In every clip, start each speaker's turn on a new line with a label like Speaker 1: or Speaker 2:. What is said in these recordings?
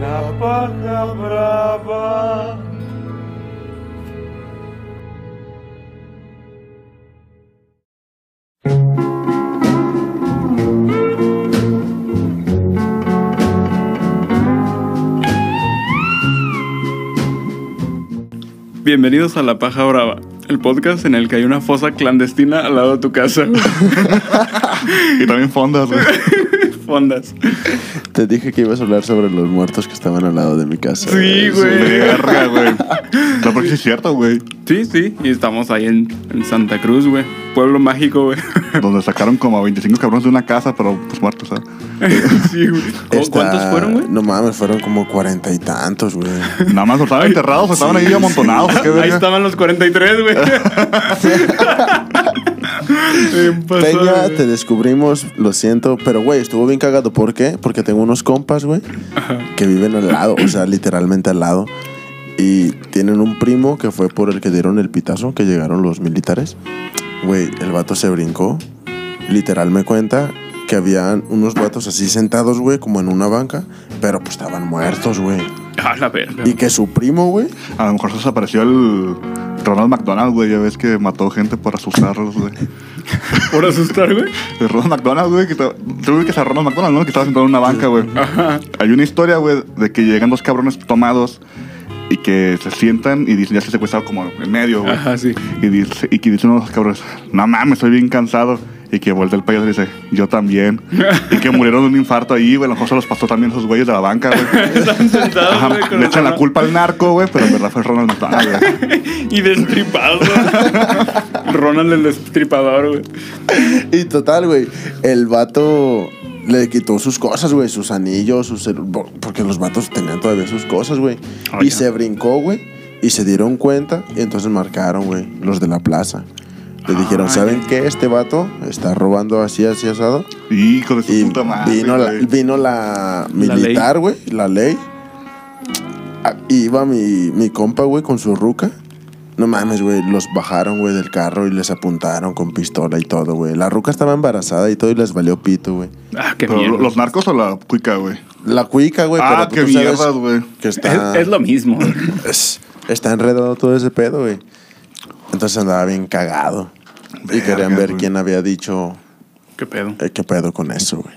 Speaker 1: paja brava.
Speaker 2: Bienvenidos a La Paja Brava, el podcast en el que hay una fosa clandestina al lado de tu casa.
Speaker 3: Y también fondas, güey.
Speaker 2: Fondas.
Speaker 4: Te dije que ibas a hablar sobre los muertos que estaban al lado de mi casa.
Speaker 2: Sí, güey.
Speaker 3: Verga, güey. No, porque sí es cierto, güey.
Speaker 2: Sí, sí. Y estamos ahí en, en Santa Cruz, güey. Pueblo mágico, güey.
Speaker 3: Donde sacaron como a 25 cabrones de una casa, pero pues muertos, ¿sabes?
Speaker 2: Sí, güey. ¿Cu-
Speaker 4: Esta-
Speaker 2: ¿Cuántos fueron, güey?
Speaker 4: No mames, fueron como cuarenta y tantos, güey.
Speaker 3: Nada más los estaban enterrados, estaban ahí amontonados. ¿Qué
Speaker 2: Ahí
Speaker 3: verga?
Speaker 2: estaban los 43, güey. Bien pasado,
Speaker 4: Peña,
Speaker 2: güey.
Speaker 4: te descubrimos, lo siento, pero güey, estuvo bien cagado. ¿Por qué? Porque tengo unos compas, güey, que viven al lado, o sea, literalmente al lado. Y tienen un primo que fue por el que dieron el pitazo, que llegaron los militares. Güey, el vato se brincó. Literal me cuenta que habían unos vatos así sentados, güey, como en una banca, pero pues estaban muertos, güey.
Speaker 2: A la verga.
Speaker 4: Y que su primo, güey,
Speaker 3: A lo mejor se desapareció el Ronald McDonald, güey. Ya ves que mató gente por asustarlos, güey.
Speaker 2: Por asustar, güey.
Speaker 3: El Ronald McDonald, güey, que estaba... Tú que es a Ronald McDonald, ¿no? Que estaba sentado en una banca, güey.
Speaker 2: Ajá.
Speaker 3: Hay una historia, güey, de que llegan dos cabrones tomados y que se sientan y dicen, ya se secuestrado como en medio, güey.
Speaker 2: Ajá, sí.
Speaker 3: Y, dice, y que dice uno de los cabrones, no mames, estoy bien cansado. Y que vuelta el payaso y dice, yo también. y que murieron de un infarto ahí, güey. A lo mejor se los pasó también esos güeyes de la banca, güey.
Speaker 2: Estaban sentados,
Speaker 3: Ajá,
Speaker 2: güey. con
Speaker 3: le
Speaker 2: los
Speaker 3: echan la
Speaker 2: demás.
Speaker 3: culpa al narco, güey, pero en verdad fue Ronald McDonald, güey.
Speaker 2: Y destripados. güey. Ronald el destripador, güey.
Speaker 4: Y total, güey, el vato le quitó sus cosas, güey, sus anillos, sus celu- bo- porque los vatos tenían todavía sus cosas, güey.
Speaker 3: Ah,
Speaker 4: y
Speaker 3: ya.
Speaker 4: se brincó, güey, y se dieron cuenta y entonces marcaron, güey, los de la plaza. Le dijeron,
Speaker 2: Ah,
Speaker 4: ¿saben qué? Este vato está robando así, así asado.
Speaker 3: Hijo de su
Speaker 4: Y
Speaker 3: puta madre.
Speaker 4: vino, la,
Speaker 3: güey.
Speaker 4: vino la
Speaker 2: La ley.
Speaker 4: militar, güey, la ley. Ah, Iba mi, mi compa, güey, con su ruca. No mames, güey, los bajaron, güey, del carro y les apuntaron con pistola y todo, güey. La ruca estaba embarazada y todo y les valió pito, güey.
Speaker 2: Ah, qué
Speaker 3: Pero,
Speaker 2: mierda.
Speaker 3: ¿Los narcos o la cuica, güey?
Speaker 4: La cuica, güey,
Speaker 3: Ah,
Speaker 4: pero
Speaker 3: qué
Speaker 4: tú sabes
Speaker 3: mierdas, güey.
Speaker 4: que
Speaker 2: Es,
Speaker 4: está,
Speaker 2: es lo mismo.
Speaker 4: es- está enredado todo ese pedo, güey. Entonces andaba bien cagado. y
Speaker 3: Verga,
Speaker 4: querían ver
Speaker 3: güey.
Speaker 4: quién había dicho
Speaker 2: ¿Qué pedo?
Speaker 4: eh, qué pedo con eso, güey.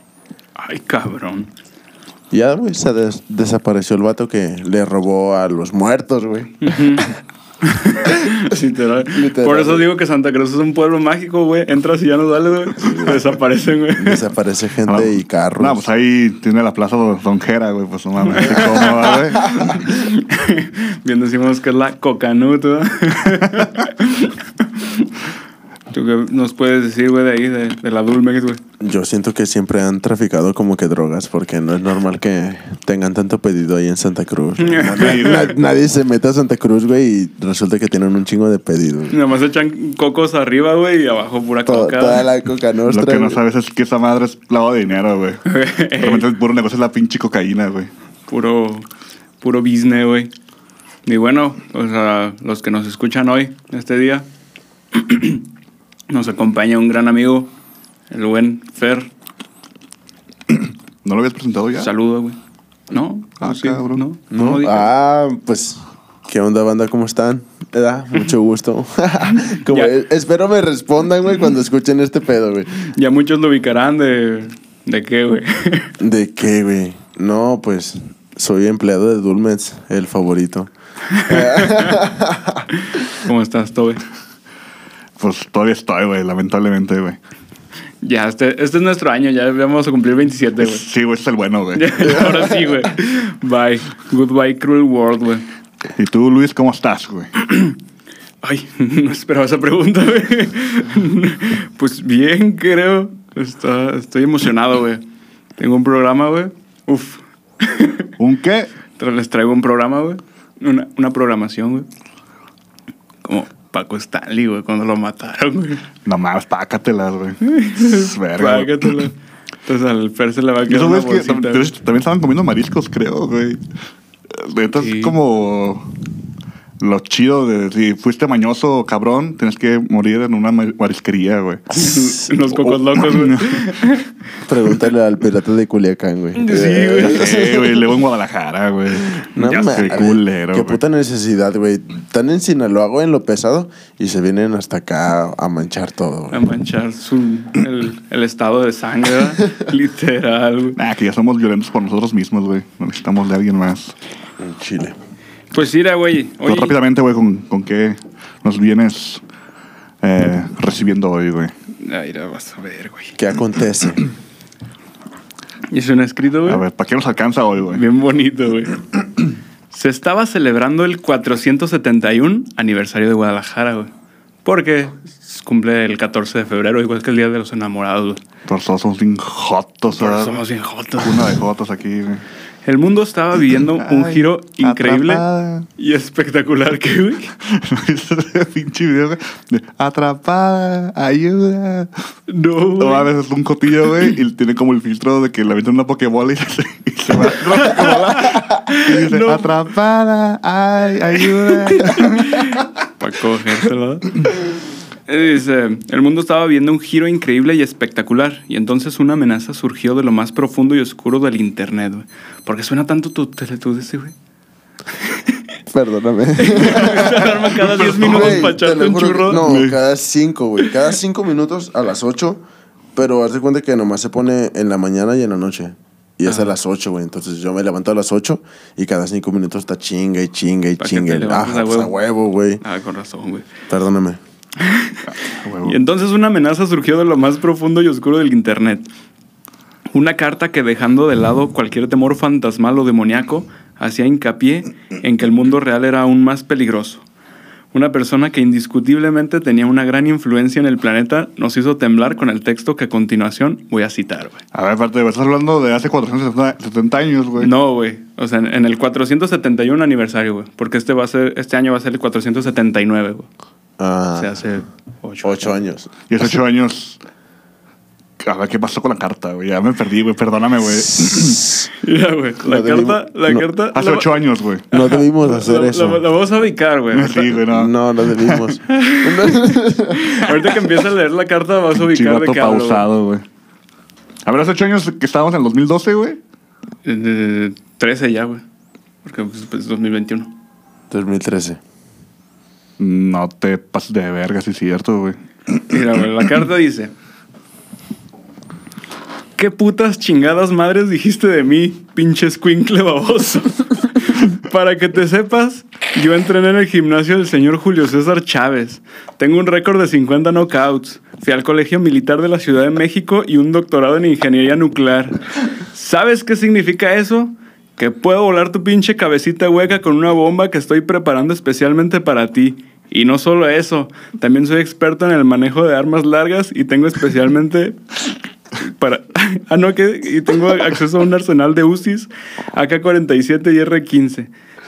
Speaker 2: Ay, cabrón.
Speaker 4: Y Ya, güey, se des- desapareció el vato que le robó a los muertos, güey.
Speaker 2: Literal.
Speaker 4: Literal.
Speaker 2: Por eso digo que Santa Cruz es un pueblo mágico, güey. Entras y ya no sales, güey. Desaparecen, güey.
Speaker 4: Desaparece gente y carros.
Speaker 3: No, pues ahí tiene la plaza donjera, güey. Pues no mames, qué cómoda, güey.
Speaker 2: Bien decimos que es la cocanuta. ¿Tú qué nos puedes decir, güey, de ahí, de, de la Dulmex, güey?
Speaker 4: Yo siento que siempre han traficado como que drogas porque no es normal que tengan tanto pedido ahí en Santa Cruz. Na- na- nadie se mete a Santa Cruz, güey, y resulta que tienen un chingo de pedido.
Speaker 2: Nada más echan cocos arriba, güey, y abajo pura
Speaker 4: To-
Speaker 2: coca.
Speaker 4: toda la coca
Speaker 3: Lo
Speaker 4: nuestra.
Speaker 3: que no sabes es que esa madre es lavado de dinero, güey. Realmente el puro negocio es la pinche cocaína, güey.
Speaker 2: Puro, puro business, güey. Y bueno, o sea, los que nos escuchan hoy, este día, nos acompaña un gran amigo, el buen Fer.
Speaker 3: ¿No lo habías presentado ya?
Speaker 2: Saludo, güey. ¿No?
Speaker 3: Ah,
Speaker 2: sí,
Speaker 3: cabrón.
Speaker 2: ¿No?
Speaker 4: ¿no?
Speaker 2: dije.
Speaker 4: Ah, pues, ¿qué onda, banda? ¿Cómo están? ¿Edad? Mucho gusto. como,
Speaker 2: Ya.
Speaker 4: eh, espero me respondan, güey, cuando escuchen este pedo, güey.
Speaker 2: Ya muchos lo ubicarán de... ¿De qué, güey?
Speaker 4: ¿De qué, güey? No, pues soy empleado de Dulmets, el favorito.
Speaker 2: ¿Cómo estás, Tobe?
Speaker 3: Pues todavía estoy, güey, lamentablemente, güey.
Speaker 2: Ya, este, este es nuestro año, ya vamos a cumplir 27, güey.
Speaker 3: Sí, güey, ese es el bueno, güey.
Speaker 2: Ahora sí, güey. Bye. Goodbye, cruel world, güey.
Speaker 3: ¿Y tú, Luis, cómo estás, güey?
Speaker 2: Ay, no esperaba esa pregunta, güey. Pues bien, creo. Está- estoy emocionado, güey. Tengo un programa, güey. Uf.
Speaker 3: ¿Un qué?
Speaker 2: Tra- Les traigo un programa, güey. Una, una programación, güey. Como Paco Stanley, güey, cuando lo mataron, güey.
Speaker 3: Nomás, pácatelas, güey. Es Verga. güey.
Speaker 2: Págatelo. Entonces al Fer se le va a
Speaker 3: Y
Speaker 2: quedar
Speaker 3: esos
Speaker 2: una
Speaker 3: güeyes que
Speaker 2: bolsita,
Speaker 3: tam-
Speaker 2: güey.
Speaker 3: también estaban comiendo mariscos, creo, güey. Neta, es
Speaker 2: Sí.
Speaker 3: como. lo chido de si fuiste mañoso o cabrón, tienes que morir en una ma- marisquería, güey.
Speaker 2: Los
Speaker 3: Oh,
Speaker 2: cocos locos, güey.
Speaker 4: Pregúntale al pirata de Culiacán, güey.
Speaker 2: Sí, güey.
Speaker 3: Eh, güey, luego en Guadalajara, güey.
Speaker 4: No
Speaker 3: ya
Speaker 4: ma-
Speaker 3: sé,
Speaker 4: a ver,
Speaker 3: culero,
Speaker 4: Qué
Speaker 3: güey.
Speaker 4: puta necesidad, güey. Están en Sinaloa, güey, en lo pesado, y se vienen hasta acá a manchar todo,
Speaker 2: A
Speaker 4: güey.
Speaker 2: manchar su, el, el estado de sangre, ¿verdad? literal, güey.
Speaker 3: Nah, que ya somos violentos por nosotros mismos, güey. No necesitamos de alguien más.
Speaker 4: En Chile.
Speaker 2: Pues mira, güey.
Speaker 3: Pero
Speaker 2: oye,
Speaker 3: rápidamente, güey, ¿con, con qué nos vienes eh, recibiendo hoy, güey?
Speaker 2: Ay, la vas a ver, güey.
Speaker 4: ¿Qué acontece?
Speaker 2: Hice un escrito,
Speaker 3: A
Speaker 2: güey.
Speaker 3: ver, ¿para qué nos alcanza hoy, güey?
Speaker 2: Bien bonito, güey. Se estaba celebrando el 471 aniversario de Guadalajara, güey. Porque cumple el 14 de febrero, igual que el Día de los Enamorados, güey.
Speaker 3: Todos todos somos bien jotos,
Speaker 2: Por eso
Speaker 3: ¿verdad?
Speaker 2: Somos bien jotos.
Speaker 3: Una de jotos aquí, güey.
Speaker 2: El mundo estaba viviendo un
Speaker 3: Ay,
Speaker 2: giro increíble
Speaker 3: atrapada.
Speaker 2: y espectacular que, güey.
Speaker 3: Ese pinche video, güey, de Atrapada, ayuda.
Speaker 2: No,
Speaker 3: No
Speaker 2: güey.
Speaker 3: mames, es un cotillo, güey, y tiene como el filtro de que le avientan una pokebola y se, y se va. y dice,
Speaker 2: No.
Speaker 3: atrapada, ay, ayuda.
Speaker 2: Para cogérselo. Eh, Dice, el mundo estaba viendo un giro increíble y espectacular, y entonces una amenaza surgió de lo más profundo y oscuro del internet, güey. Porque suena tanto tu teletudes, ese, güey.
Speaker 4: Perdóname.
Speaker 2: Alarma cada 10
Speaker 4: Güey,
Speaker 2: minutos para
Speaker 4: te
Speaker 2: echarte
Speaker 4: lo
Speaker 2: un
Speaker 4: juro que-
Speaker 2: churro.
Speaker 4: No, cada cinco, güey. Cada cinco minutos a las ocho. Pero haz de cuenta que nomás se pone en la mañana y en la noche. Y es a las ocho, güey. Entonces yo me levanto a las ocho y cada cinco minutos está chinga y chinga y
Speaker 2: Pa' que te
Speaker 4: chinga.
Speaker 2: levantes
Speaker 4: Ajá,
Speaker 2: a
Speaker 4: pues, a
Speaker 2: huevo.
Speaker 4: huevo, güey.
Speaker 2: Ah, con razón, güey.
Speaker 4: Perdóname.
Speaker 3: Huevo.
Speaker 2: Y entonces una amenaza surgió de lo más profundo y oscuro del Internet. Una carta que dejando de lado cualquier temor fantasmal o demoníaco, hacía hincapié en que el mundo real era aún más peligroso. Una persona que indiscutiblemente tenía una gran influencia en el planeta nos hizo temblar con el texto que a continuación voy a citar, güey.
Speaker 3: A ver, aparte, estás hablando de hace 470 años, güey.
Speaker 2: No, güey. O sea, en en el 471 aniversario, güey. Porque este, va a ser, este año va a ser el 479, güey.
Speaker 4: Ah,
Speaker 2: Se hace 8
Speaker 4: ocho años.
Speaker 3: Y hace 8 años. A ver, ¿qué pasó con la carta, güey? Ya me perdí, güey. Perdóname, güey.
Speaker 2: Mira, güey. La
Speaker 4: No debimos-
Speaker 2: carta, la
Speaker 4: no,
Speaker 2: carta.
Speaker 3: Hace
Speaker 2: la-
Speaker 3: 8 años, güey.
Speaker 4: No debimos hacer
Speaker 2: la,
Speaker 4: eso.
Speaker 2: la- la vamos a ubicar, güey.
Speaker 3: Sí, güey, no.
Speaker 4: no. no, debimos.
Speaker 2: Ahorita que empieza a leer la carta, vas a ubicar de
Speaker 3: Chivato
Speaker 2: qué hablo, güey.
Speaker 3: pausado, güey. A ver, hace 8 años que estábamos en el 2012, güey.
Speaker 2: Eh, 13 ya, güey. Porque pues, pues, 2021.
Speaker 4: 2013.
Speaker 3: No te pases de verga, sí es cierto, güey.
Speaker 2: Mira, güey, la carta dice: ¿Qué putas chingadas madres dijiste de mí, pinche escuincle baboso? Para que te sepas, yo entrené en el gimnasio del señor Julio César Chávez. Tengo un récord de 50 knockouts. Fui al Colegio Militar de la Ciudad de México y un doctorado en ingeniería nuclear. ¿Sabes qué significa eso? Que puedo volar tu pinche cabecita hueca con una bomba que estoy preparando especialmente para ti. Y no solo eso, también soy experto en el manejo de armas largas y tengo especialmente para. Ah, no, que. Y tengo acceso a un arsenal de UCIs, AK-47 y R-15.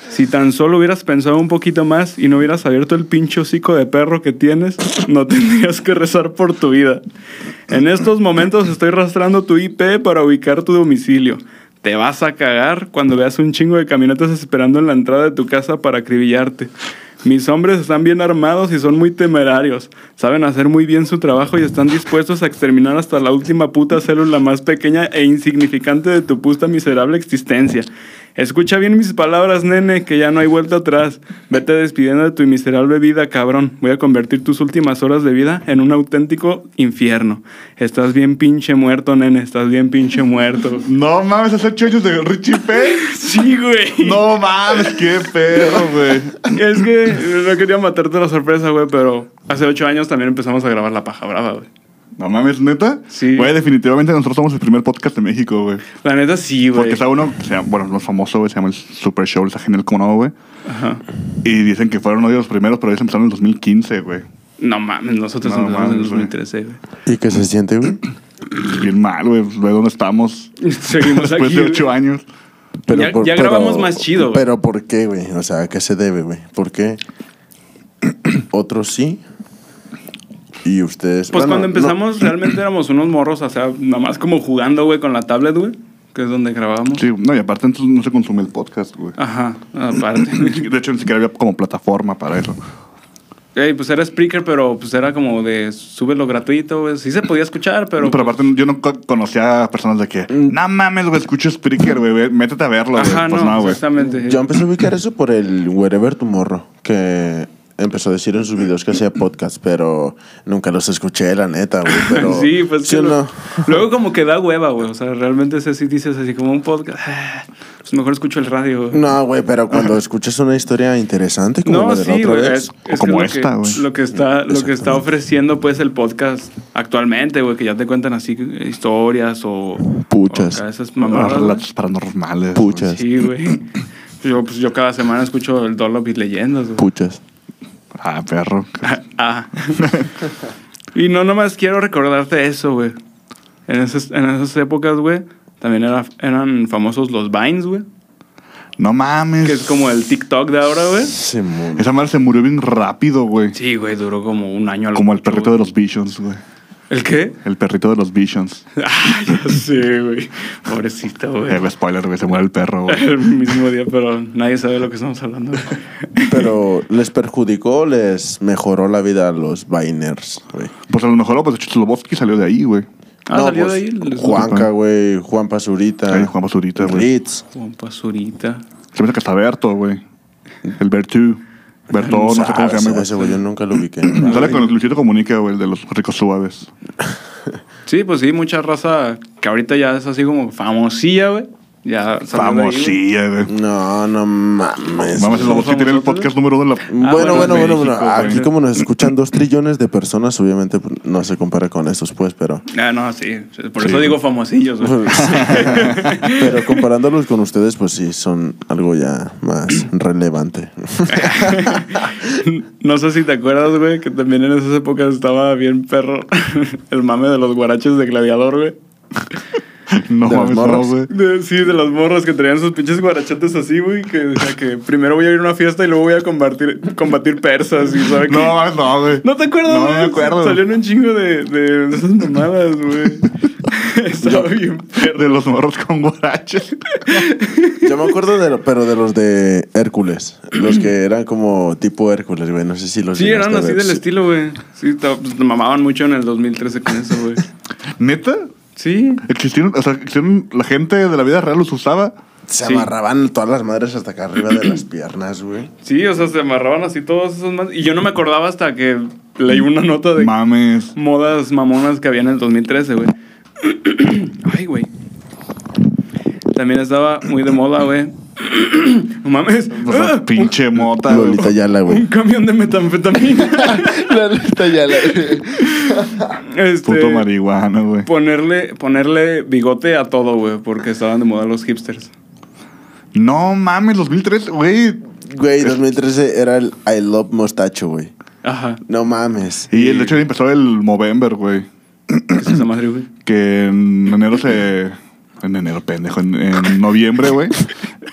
Speaker 2: Si tan solo hubieras pensado un poquito más y no hubieras abierto el pinche hocico de perro que tienes, no tendrías que rezar por tu vida. En estos momentos estoy rastrando tu IP para ubicar tu domicilio. Te vas a cagar cuando veas un chingo de camionetas esperando en la entrada de tu casa para acribillarte. Mis hombres están bien armados y son muy temerarios. Saben hacer muy bien su trabajo y están dispuestos a exterminar hasta la última puta célula más pequeña e insignificante de tu puta miserable existencia. Escucha bien mis palabras, nene, que ya no hay vuelta atrás. Vete despidiendo de tu miserable vida, cabrón. Voy a convertir tus últimas horas de vida en un auténtico infierno. Estás bien pinche muerto, nene. Estás bien pinche muerto.
Speaker 3: No mames, hace 8 años de Richie Pay.
Speaker 2: Sí, güey.
Speaker 3: No mames, qué pedo, güey.
Speaker 2: Es que no quería matarte la sorpresa, güey, pero hace ocho años también empezamos a grabar La Paja Brava, güey.
Speaker 3: No mames, neta.
Speaker 2: Sí.
Speaker 3: Güey, definitivamente nosotros somos el primer podcast de México, güey.
Speaker 2: La neta sí, güey.
Speaker 3: Porque está uno, que se llama- bueno, no es famoso, güey, se llama el Super Show, el Sajinel Cono, güey.
Speaker 2: Ajá.
Speaker 3: Y dicen que fueron uno de los primeros, pero ellos empezaron en el 2015, güey.
Speaker 2: No mames, nosotros
Speaker 3: No
Speaker 2: empezamos en el
Speaker 3: mames, güey.
Speaker 2: 2013, güey.
Speaker 4: ¿Y qué se siente, güey?
Speaker 3: Bien mal, güey. Pues, Ve dónde estamos
Speaker 2: Seguimos
Speaker 3: después
Speaker 2: aquí.
Speaker 3: de
Speaker 2: güey.
Speaker 3: ocho años.
Speaker 2: Ya- ya grabamos más chido, güey.
Speaker 4: Pero ¿por qué, güey? O sea, ¿a qué se debe, güey? ¿Por qué otros sí y ustedes...
Speaker 2: Pues
Speaker 4: Bueno,
Speaker 2: cuando
Speaker 4: no.
Speaker 2: empezamos realmente éramos unos morros, o sea, nada más como jugando, güey, con la tablet, güey. que es donde grabamos.
Speaker 3: Sí, no, y aparte entonces no se consume el podcast, güey.
Speaker 2: Ajá, aparte.
Speaker 3: De hecho, ni siquiera había como plataforma para eso.
Speaker 2: Ey, pues era Spreaker, pero pues era como de súbelo gratuito, güey. Sí se podía escuchar, pero...
Speaker 3: Pero aparte, yo no co- conocía a personas de que, no mames, güey, escucho Spreaker, güey, ve- métete a verlo, güey.
Speaker 2: Mm. Ajá,
Speaker 3: Pues
Speaker 2: no,
Speaker 3: no, güey.
Speaker 2: exactamente.
Speaker 4: Yo em-, empecé a ubicar eso por el Wherever Tomorrow, que empezó a decir en sus videos que hacía podcast, pero nunca los escuché, la neta, güey. Pero,
Speaker 2: sí, pues
Speaker 4: ¿sí
Speaker 2: que
Speaker 4: o
Speaker 2: lo-
Speaker 4: no?
Speaker 2: luego como que da hueva, güey. O sea, realmente es así, dices así como un podcast. ah, Pues mejor escucho el radio. güey.
Speaker 4: No, güey, pero cuando escuchas una historia interesante como la de la otra
Speaker 2: güey,
Speaker 4: vez.
Speaker 2: Es, es
Speaker 3: O como
Speaker 2: que es
Speaker 3: esta,
Speaker 2: lo,
Speaker 3: güey.
Speaker 2: que, lo que está, lo que está
Speaker 4: Exactamente.
Speaker 2: ofreciendo pues el podcast actualmente, güey, que ya te cuentan así eh, historias o
Speaker 4: Puchas.
Speaker 2: o acá esas
Speaker 3: Los
Speaker 2: mamadas. pues, güey.
Speaker 3: relatos paranormales.
Speaker 4: Puchas.
Speaker 2: Sí, güey. Yo, pues, yo cada semana escucho el Dolop y leyendas, güey.
Speaker 4: Puchas.
Speaker 3: güey. Ah, perro.
Speaker 2: Ah. y no nomás quiero recordarte eso, güey. En esas, en esas épocas, güey, también era- eran famosos los Vines, güey.
Speaker 3: No mames.
Speaker 2: Que es como el TikTok de ahora, güey.
Speaker 4: Sí, mon.
Speaker 3: Esa madre se murió bien rápido, güey.
Speaker 2: Sí, güey, duró como un año. a lo
Speaker 3: Como el
Speaker 2: mucho,
Speaker 3: perrito de
Speaker 2: güey.
Speaker 3: los Visions, güey.
Speaker 2: ¿El qué?
Speaker 3: El perrito de los Visions.
Speaker 2: Ah, ya sé, güey. Pobrecito, güey.
Speaker 3: Eh, güey, spoiler, güey, se muere el perro, güey.
Speaker 2: El mismo día, pero nadie sabe de lo que estamos hablando. güey.
Speaker 4: Pero les perjudicó, o les mejoró la vida a los Biners, güey.
Speaker 3: Pues a lo mejor pues, Chutlobotsky salió de ahí, güey.
Speaker 2: Ah,
Speaker 4: No,
Speaker 2: salió
Speaker 4: pues,
Speaker 2: de ahí. el-
Speaker 4: Juanca, güey. Juan Pasurita.
Speaker 3: Ay, Juan Pazurita, güey.
Speaker 4: Ritz.
Speaker 2: Juan Pazurita.
Speaker 3: Se me hace que hasta Berto, güey. El Bertu. Berto, no sé cómo se llama,
Speaker 4: Ah, Ese
Speaker 3: güey.
Speaker 4: güey yo nunca lo ubiqué.
Speaker 3: Sale con el Luchito Comunica, güey, el de los ricos suaves.
Speaker 2: Sí, pues sí, mucha raza que ahorita ya es así como famosilla, güey. Ya salió de ahí, güey.
Speaker 3: Famosilla, güey.
Speaker 4: No, no mames.
Speaker 3: Mames, es
Speaker 2: ¿Somos
Speaker 3: famoso que tiene el
Speaker 2: famosos,
Speaker 3: podcast número uno de la...
Speaker 2: Ah,
Speaker 4: bueno,
Speaker 2: bueno,
Speaker 4: bueno, bueno,
Speaker 2: México,
Speaker 4: bueno.
Speaker 2: güey.
Speaker 4: Aquí como nos escuchan dos trillones de personas, obviamente pues, no se compara con estos, pues, pero...
Speaker 2: Ah, no, sí. Por
Speaker 3: Sí.
Speaker 2: eso digo famosillos, güey.
Speaker 4: pero comparándolos con ustedes, pues sí, son algo ya más relevante.
Speaker 2: No sé si te acuerdas, güey, que también en esas épocas estaba bien perro el mame de los guaraches de gladiador, güey.
Speaker 3: No
Speaker 4: de los
Speaker 3: mames, no,
Speaker 4: morros.
Speaker 3: güey.
Speaker 2: De- sí, de las morras que traían sus pinches guarachetes así, güey, que decía que primero voy a ir a una fiesta y luego voy a combatir, combatir persas y sabe qué?
Speaker 3: No mames, no, güey.
Speaker 2: ¿No te acuerdas,
Speaker 3: No
Speaker 2: güey?
Speaker 3: me acuerdo.
Speaker 2: Salieron un chingo de, de esas mamadas, güey. Estaba bien perro.
Speaker 3: De los morros con guaraches.
Speaker 4: Yo me acuerdo, de, lo- pero de los de Hércules. Los que eran como tipo Hércules, güey. No sé si los
Speaker 2: Sí,
Speaker 4: llegaste
Speaker 2: eran
Speaker 4: a
Speaker 2: así
Speaker 4: ver.
Speaker 2: del
Speaker 4: Sí.
Speaker 2: estilo, güey. Sí, ta- pues, mamaban mucho en el 2013 con eso, güey.
Speaker 3: ¿Neta?
Speaker 2: Sí.
Speaker 3: ¿Existieron? O sea, ¿existieron? ¿La gente de la vida real los usaba?
Speaker 4: Se
Speaker 2: Sí.
Speaker 4: amarraban todas las madres hasta acá arriba de las piernas, güey.
Speaker 2: Sí, o sea, se amarraban así todos esos más. Y yo no me acordaba hasta que leí una nota de
Speaker 3: Mames.
Speaker 2: modas mamonas que había en el 2013, güey. Ay, güey. También estaba muy de moda, güey. No mames.
Speaker 3: O sea,
Speaker 2: ¡Ah!
Speaker 3: pinche mota, pues, güey.
Speaker 4: Lolita Yala,
Speaker 2: Un
Speaker 4: güey.
Speaker 2: camión de metanfetamina.
Speaker 4: Lolita Yala, güey.
Speaker 2: este,
Speaker 3: Puto marihuana, güey.
Speaker 2: ponerle, ponerle bigote a todo, güey, porque estaban de moda los hipsters.
Speaker 3: No mames, 2003, güey.
Speaker 4: Güey, 2013 era el I Love Mostacho, güey.
Speaker 2: Ajá.
Speaker 4: No mames.
Speaker 3: Y el hecho de empezó el Movember, güey.
Speaker 2: ¿Qué es esa madre, güey?
Speaker 3: Que en enero se. En enero, pendejo. En, en noviembre, güey.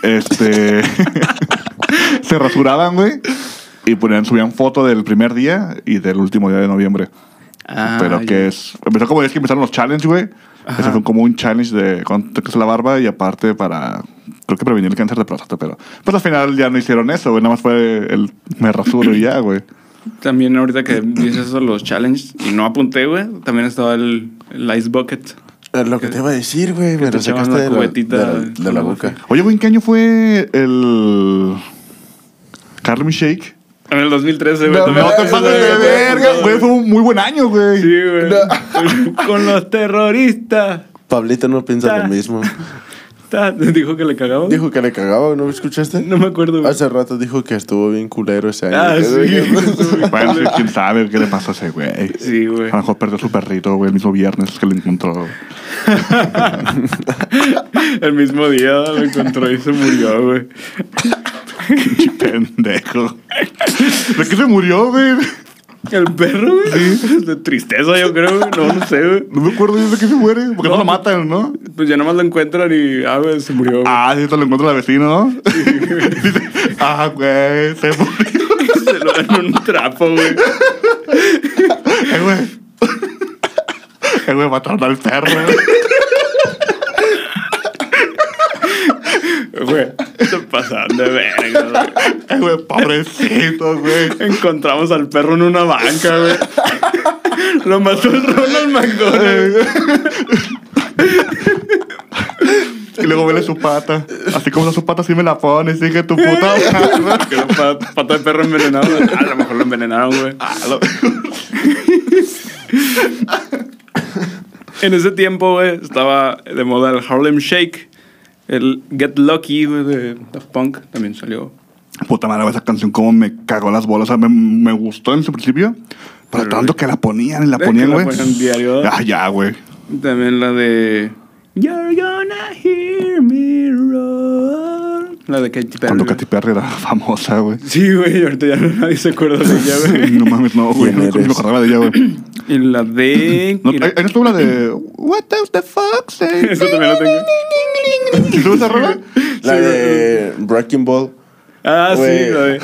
Speaker 3: este. se rasuraban, güey. Y ponían, subían foto del primer día y del último día de noviembre.
Speaker 2: Ah,
Speaker 3: Pero
Speaker 2: ya.
Speaker 3: que es. Empezó como es que empezaron los challenges, güey. Ese fue como un challenge de cuánto es la barba y aparte para. Creo que prevenir el cáncer de próstata, pero. Pues al final ya no hicieron eso, güey. Nada más fue el. Me rasuro y ya, güey.
Speaker 2: También ahorita que dices eso, los challenges, y no apunté, güey, también estaba el, el Ice Bucket.
Speaker 4: Eh, Lo que te iba a decir, güey.
Speaker 2: que
Speaker 4: Me
Speaker 2: te
Speaker 4: lo
Speaker 2: echaban
Speaker 4: sacaste
Speaker 2: la
Speaker 4: de la, de
Speaker 2: cubetita
Speaker 4: la- de la
Speaker 2: con
Speaker 4: boca.
Speaker 3: Oye, güey, ¿en qué año fue el. Carmen Shake?
Speaker 2: En el 2013, güey.
Speaker 3: No,
Speaker 2: también-
Speaker 3: te pases de verga, güey. Fue un muy buen año, güey.
Speaker 2: Sí, güey. Con los terroristas.
Speaker 4: Pablito no piensa
Speaker 2: Ta.
Speaker 4: lo mismo.
Speaker 2: Ta- Dijo que le cagaba.
Speaker 4: Dijo Ah, que le cagaba, ¿no me escuchaste?
Speaker 2: No me acuerdo, güey.
Speaker 4: Hace rato dijo que estuvo bien culero ese año.
Speaker 2: Ah, sí.
Speaker 3: Bueno, sí, quién sabe qué le pasó a ese güey.
Speaker 2: Sí, güey.
Speaker 3: A lo mejor perdió su perrito, güey, el mismo viernes que lo encontró.
Speaker 2: el mismo día lo encontró y se murió, güey.
Speaker 3: Pinche pendejo. ¿De qué se murió, güey?
Speaker 2: El perro, güey. De tristeza, yo creo, güey. No, no sé, güey.
Speaker 3: No me acuerdo yo de qué se muere. Porque no,
Speaker 2: No,
Speaker 3: lo matan, ¿no?
Speaker 2: Pues ya nomás lo encuentran y, ah, güey, se murió, güey.
Speaker 3: Ah, sí, te lo encuentra la vecina, ¿no? Dice, ah, güey, se murió.
Speaker 2: Se lo dan un trapo, güey.
Speaker 3: Eh, güey. Eh, güey, mataron al perro.
Speaker 2: Güey, se pasaron de verga, güey.
Speaker 3: Ay, güey, pobrecitos, güey.
Speaker 2: Encontramos al perro en una banca, güey. Lo mató el Ronald McDonald.
Speaker 3: Y luego vele su pata. Así como está su pata, así me la pones. Dije, tu puta madre.
Speaker 2: Que era pa- pata de perro envenenado. güey. A lo mejor lo envenenaron, güey.
Speaker 3: A Ah, lo-
Speaker 2: En ese tiempo, güey, estaba de moda el Harlem Shake. El Get Lucky, güey, de Daft Punk también salió.
Speaker 3: Puta madre, güey, esa canción como me cagó las bolas. O sea, me, me gustó en su principio. Pero tanto que la ponían y la
Speaker 2: Que
Speaker 3: ponían,
Speaker 2: la
Speaker 3: güey.
Speaker 2: ponían diario.
Speaker 3: Ah, ya, güey.
Speaker 2: También la de. You're gonna hear me roar. La de Katy Perry.
Speaker 3: Cuando
Speaker 2: güey.
Speaker 3: Katy Perry era famosa, güey.
Speaker 2: Sí, güey, ahorita ya nadie se acuerda de ella, güey.
Speaker 3: No mames, no, güey.
Speaker 4: ¿Quién
Speaker 3: No me
Speaker 4: eres?
Speaker 3: acordaba de ella, güey.
Speaker 2: Y la de.
Speaker 3: No, ahí- ahí no estuvo la de What does the fuck say?
Speaker 2: Eso también lo tengo.
Speaker 3: ¿Sí estuvo esa rola?
Speaker 4: La de Breaking Ball.
Speaker 2: Ah, sí,
Speaker 4: Güey.
Speaker 2: la de.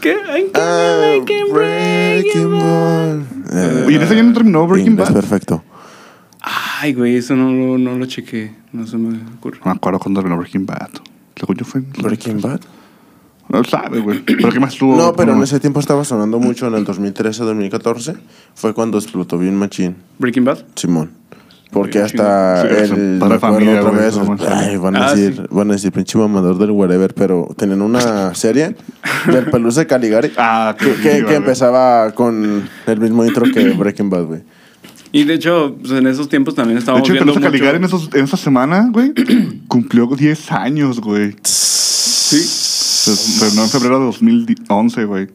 Speaker 2: ¿Qué? Ay, qué
Speaker 4: Ah,
Speaker 2: I can break it, man.
Speaker 4: Eh,
Speaker 3: Oye, en ese año no terminó Breaking
Speaker 4: inglés
Speaker 3: Bad.
Speaker 4: perfecto.
Speaker 2: Ay, güey, eso no, lo- no lo chequé. No se me ocurre.
Speaker 3: No me acuerdo cuándo terminó Breaking Bad. Según yo fue. en-
Speaker 4: Breaking Bad.
Speaker 3: No sabe, güey. Pero ¿qué más estuvo?
Speaker 4: No, pero en ese tiempo estaba sonando mucho en el 2013-2014. Fue cuando explotó bien Machín,
Speaker 2: Breaking Bad.
Speaker 4: Simón. Porque
Speaker 2: Bien
Speaker 4: hasta
Speaker 3: chingón. Sí,
Speaker 4: el
Speaker 3: para
Speaker 4: recuerdo
Speaker 3: familia,
Speaker 4: otra
Speaker 3: güey,
Speaker 4: vez,
Speaker 3: no más.
Speaker 4: ay, van
Speaker 2: Ah,
Speaker 4: a decir,
Speaker 2: sí.
Speaker 4: van a decir pinche mamador del whatever, pero tenían una serie del Pelusa Caligari
Speaker 3: Ah,
Speaker 4: que,
Speaker 3: qué
Speaker 4: que-
Speaker 3: chido,
Speaker 4: que
Speaker 3: güey.
Speaker 4: empezaba con el mismo intro que Breaking Bad, güey.
Speaker 2: Y de hecho, pues, en esos tiempos también
Speaker 3: De
Speaker 2: estábamos
Speaker 3: hecho,
Speaker 2: viendo
Speaker 3: Pelusa
Speaker 2: mucho.
Speaker 3: Caligari en, esos, en esa semana, güey, cumplió 10 años, güey.
Speaker 2: Sí.
Speaker 3: Se terminó en febrero de 2011, güey.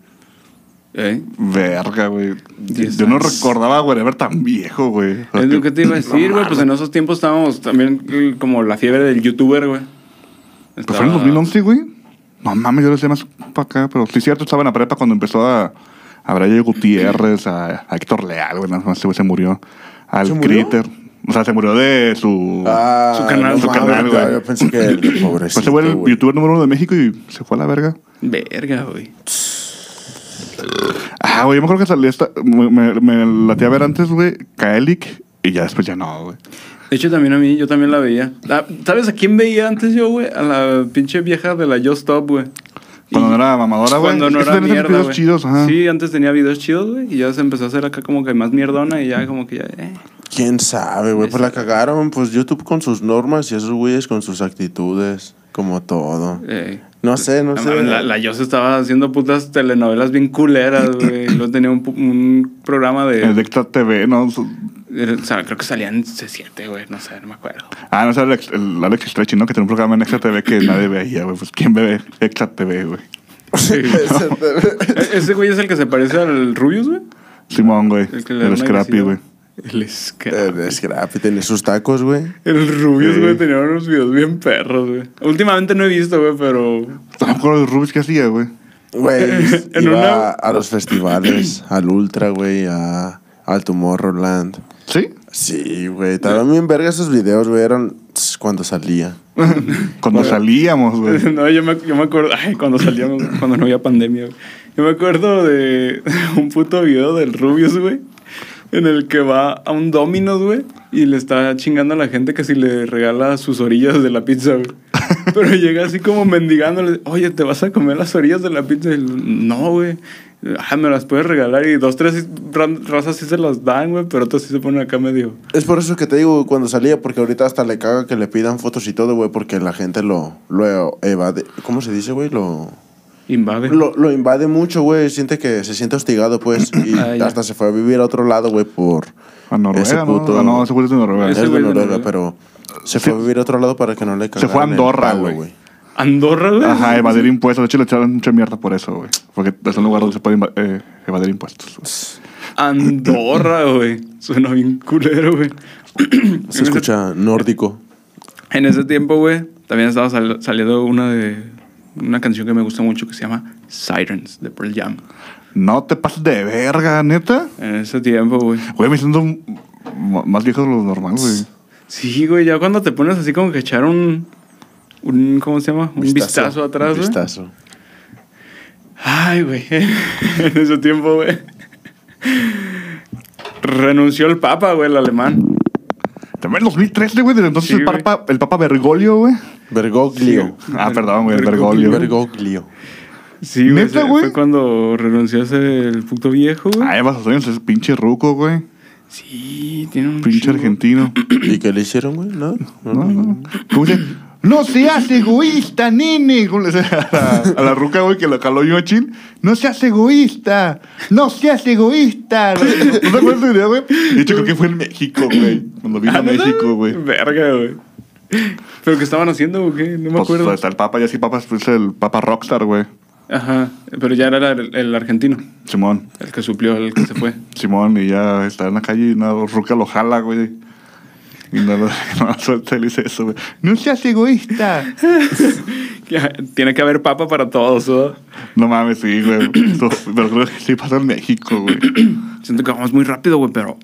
Speaker 2: Eh,
Speaker 3: Verga, güey.
Speaker 2: Diez
Speaker 3: Yo no
Speaker 2: años.
Speaker 3: recordaba a Whatever tan viejo, güey.
Speaker 2: Es lo que te iba a decir, güey. Pues en esos tiempos estábamos también eh, como la fiebre del youtuber, güey.
Speaker 3: Pero Pues fue en el 2011, güey. No mames, yo lo sé más para acá, pero sí es cierto, estaba en la prepa cuando empezó a, a Brayo Gutiérrez, a, a Héctor Leal, güey, nada más ese güey se murió. Al
Speaker 4: ¿Se murió?
Speaker 3: Critter. O sea, se murió de su...
Speaker 4: Ah,
Speaker 2: Su canal, su
Speaker 4: mames,
Speaker 3: canal,
Speaker 4: yo-
Speaker 3: güey.
Speaker 4: Yo pensé que el
Speaker 3: pues ese
Speaker 4: pobrecito,
Speaker 3: güey era el
Speaker 4: güey.
Speaker 3: youtuber número uno de México y se fue a la verga.
Speaker 2: Verga, güey.
Speaker 3: Ah, güey, yo me acuerdo que salí esta... Me, me, me laté a ver antes, güey, Kaelic, y ya después ya no, güey.
Speaker 2: De hecho, también a mí, yo también la veía. Ah, ¿Sabes a quién veía antes yo, güey? A la pinche vieja de la Yo Stop, güey.
Speaker 3: Cuando
Speaker 2: Y-
Speaker 3: no era mamadora, güey.
Speaker 2: Cuando no
Speaker 3: Es que
Speaker 2: era
Speaker 3: tenían esos
Speaker 2: mierda,
Speaker 3: videos
Speaker 2: güey.
Speaker 3: chidos, ajá.
Speaker 2: Sí, antes tenía videos chidos, güey. Y ya se empezó a hacer acá como que más mierdona y ya como que ya... eh.
Speaker 4: ¿Quién sabe, güey? Pues la cagaron, pues YouTube con sus normas y esos güeyes con sus actitudes, como todo.
Speaker 2: Eh,
Speaker 4: No sé, no
Speaker 2: la-
Speaker 4: sé.
Speaker 2: La, la Yos estaba haciendo putas telenovelas bien culeras, güey. Luego tenía un, pu- un programa
Speaker 3: El
Speaker 2: de...
Speaker 3: Dexta TV, ¿no? Su-
Speaker 2: eh, o sea, creo que salían C7, güey. No sé, no me acuerdo.
Speaker 3: Ah, no, ese era el, el Alex Stretchy, ¿no? Que tiene un programa en Extra TV que nadie veía, güey. Pues, ¿quién ve Extra TV, güey?
Speaker 2: Sí. E- Ese güey es el que se parece al Rubius, güey.
Speaker 3: Simón, güey.
Speaker 2: El que le da
Speaker 3: El
Speaker 2: una
Speaker 3: Scrappy,
Speaker 2: agresiva.
Speaker 3: güey. Eh,
Speaker 2: El Scrappy.
Speaker 4: El Scrappy tenía sus tacos, güey.
Speaker 2: El Rubius,
Speaker 3: Sí.
Speaker 2: güey, tenía unos videos bien perros, güey. Últimamente no he visto, güey, pero...
Speaker 3: No me acuerdo de Rubis que hacía, güey.
Speaker 4: Güey,
Speaker 2: En
Speaker 4: iba
Speaker 2: una-
Speaker 4: a los festivales, al Ultra, güey, a, al Tomorrowland.
Speaker 3: ¿Sí?
Speaker 4: Sí, güey, estaban bien verga esos videos, güey, eran tss, cuando salía.
Speaker 3: Cuando salíamos, güey.
Speaker 2: No, yo me, yo me acuerdo, ay, cuando salíamos, cuando no había pandemia, güey. Yo me acuerdo de un puto video del Rubius, güey, en el que va a un Domino's, güey, y le está chingando a la gente que si le regala sus orillas de la pizza, güey. Pero llega así como mendigándole, oye, ¿te vas a comer las orillas de la pizza? Y él, no, güey. Ah, me las puedes regalar. Y dos, tres ran- razas sí se las dan, güey, pero otras sí se ponen acá medio.
Speaker 4: Es por eso que te digo cuando salía, porque ahorita hasta le caga que le pidan fotos y todo, güey, porque la gente lo, lo evade. ¿Cómo se dice, güey? Lo,
Speaker 2: Invade.
Speaker 4: lo, lo invade mucho, güey. Siente que se siente hostigado, pues. Y
Speaker 2: Ah, ya.
Speaker 4: hasta se fue a vivir a otro lado, güey, por.
Speaker 3: A Noruega,
Speaker 4: Ese
Speaker 3: ¿no?
Speaker 4: puto-
Speaker 3: Ah, no, ese güey es de Noruega.
Speaker 4: Es
Speaker 2: Ese
Speaker 4: de
Speaker 2: güey de
Speaker 4: Noruega,
Speaker 2: Noruega.
Speaker 4: pero. Se fue a vivir a otro lado para que no le
Speaker 3: fue a
Speaker 4: cagaran el
Speaker 3: Andorra,
Speaker 4: palo,
Speaker 3: güey.
Speaker 2: Andorra, güey.
Speaker 3: Ajá, evadir impuestos. De hecho, le echaron mucha mierda por eso, güey. Porque es un lugar donde se puede inva- eh, evadir impuestos. güey.
Speaker 2: Andorra, güey. Suena bien culero, güey.
Speaker 4: Se escucha nórdico.
Speaker 2: En ese tiempo, güey, también estaba sal- saliendo una de una canción que me gusta mucho que se llama Sirens de Pearl Jam.
Speaker 3: No te pases de verga, neta.
Speaker 2: En ese tiempo, güey.
Speaker 3: Güey, me siento m- m- más viejo de lo normal, güey.
Speaker 2: Sí, güey, ya cuando te pones así como que echar un un ¿cómo se llama? Un vistazo, atrás,
Speaker 4: un
Speaker 2: güey.
Speaker 4: Vistazo.
Speaker 2: Ay, güey. en ese tiempo, güey. Renunció el Papa, güey, el alemán.
Speaker 3: También en 2013, güey. Desde entonces
Speaker 2: Sí,
Speaker 3: el,
Speaker 2: güey.
Speaker 3: papa, el Papa Bergoglio, güey.
Speaker 4: Bergoglio.
Speaker 3: Ah, perdón, güey, el
Speaker 2: Bergoglio.
Speaker 3: Bergoglio.
Speaker 4: Bergoglio.
Speaker 2: Sí, güey.
Speaker 3: ¿Neta,
Speaker 2: ese
Speaker 3: güey?
Speaker 2: Fue cuando renunció ese el puto viejo, güey.
Speaker 3: Ay, vas a soñar ese pinche ruco, güey.
Speaker 2: Sí, tiene un.
Speaker 3: Pinche
Speaker 2: chingo.
Speaker 3: argentino.
Speaker 4: ¿Y qué le hicieron, güey? Nada. No,
Speaker 3: No, no. ¿Cómo dice? No seas egoísta, nene. ¿Cómo le dice a la, a la ruca, güey, que lo caló yo chin? No seas egoísta. No seas egoísta. ¿No te acuerdas de idea, güey? De hecho, creo que fue en México, güey. Cuando vino
Speaker 2: Ah,
Speaker 3: a
Speaker 2: ¿neta,
Speaker 3: México, güey.
Speaker 2: Verga, güey. ¿Pero qué estaban haciendo o qué? No me
Speaker 3: Pues
Speaker 2: acuerdo.
Speaker 3: está el Papa, ya sí, Papa es el Papa Rockstar, güey.
Speaker 2: Ajá. Pero ya era el, el argentino,
Speaker 3: Simón.
Speaker 2: el que suplió, el que se fue.
Speaker 3: Simón, y ya está en la calle y una ruca lo jala, güey. Y no lo, no lo suelta y le dice eso, güey. No seas egoísta.
Speaker 2: Ya, Tiene que haber papa para todos, ¿no?
Speaker 3: No mames, sí, güey. Esto- Pero creo que sí pasa en México, güey.
Speaker 2: Siento que vamos muy rápido, güey, pero.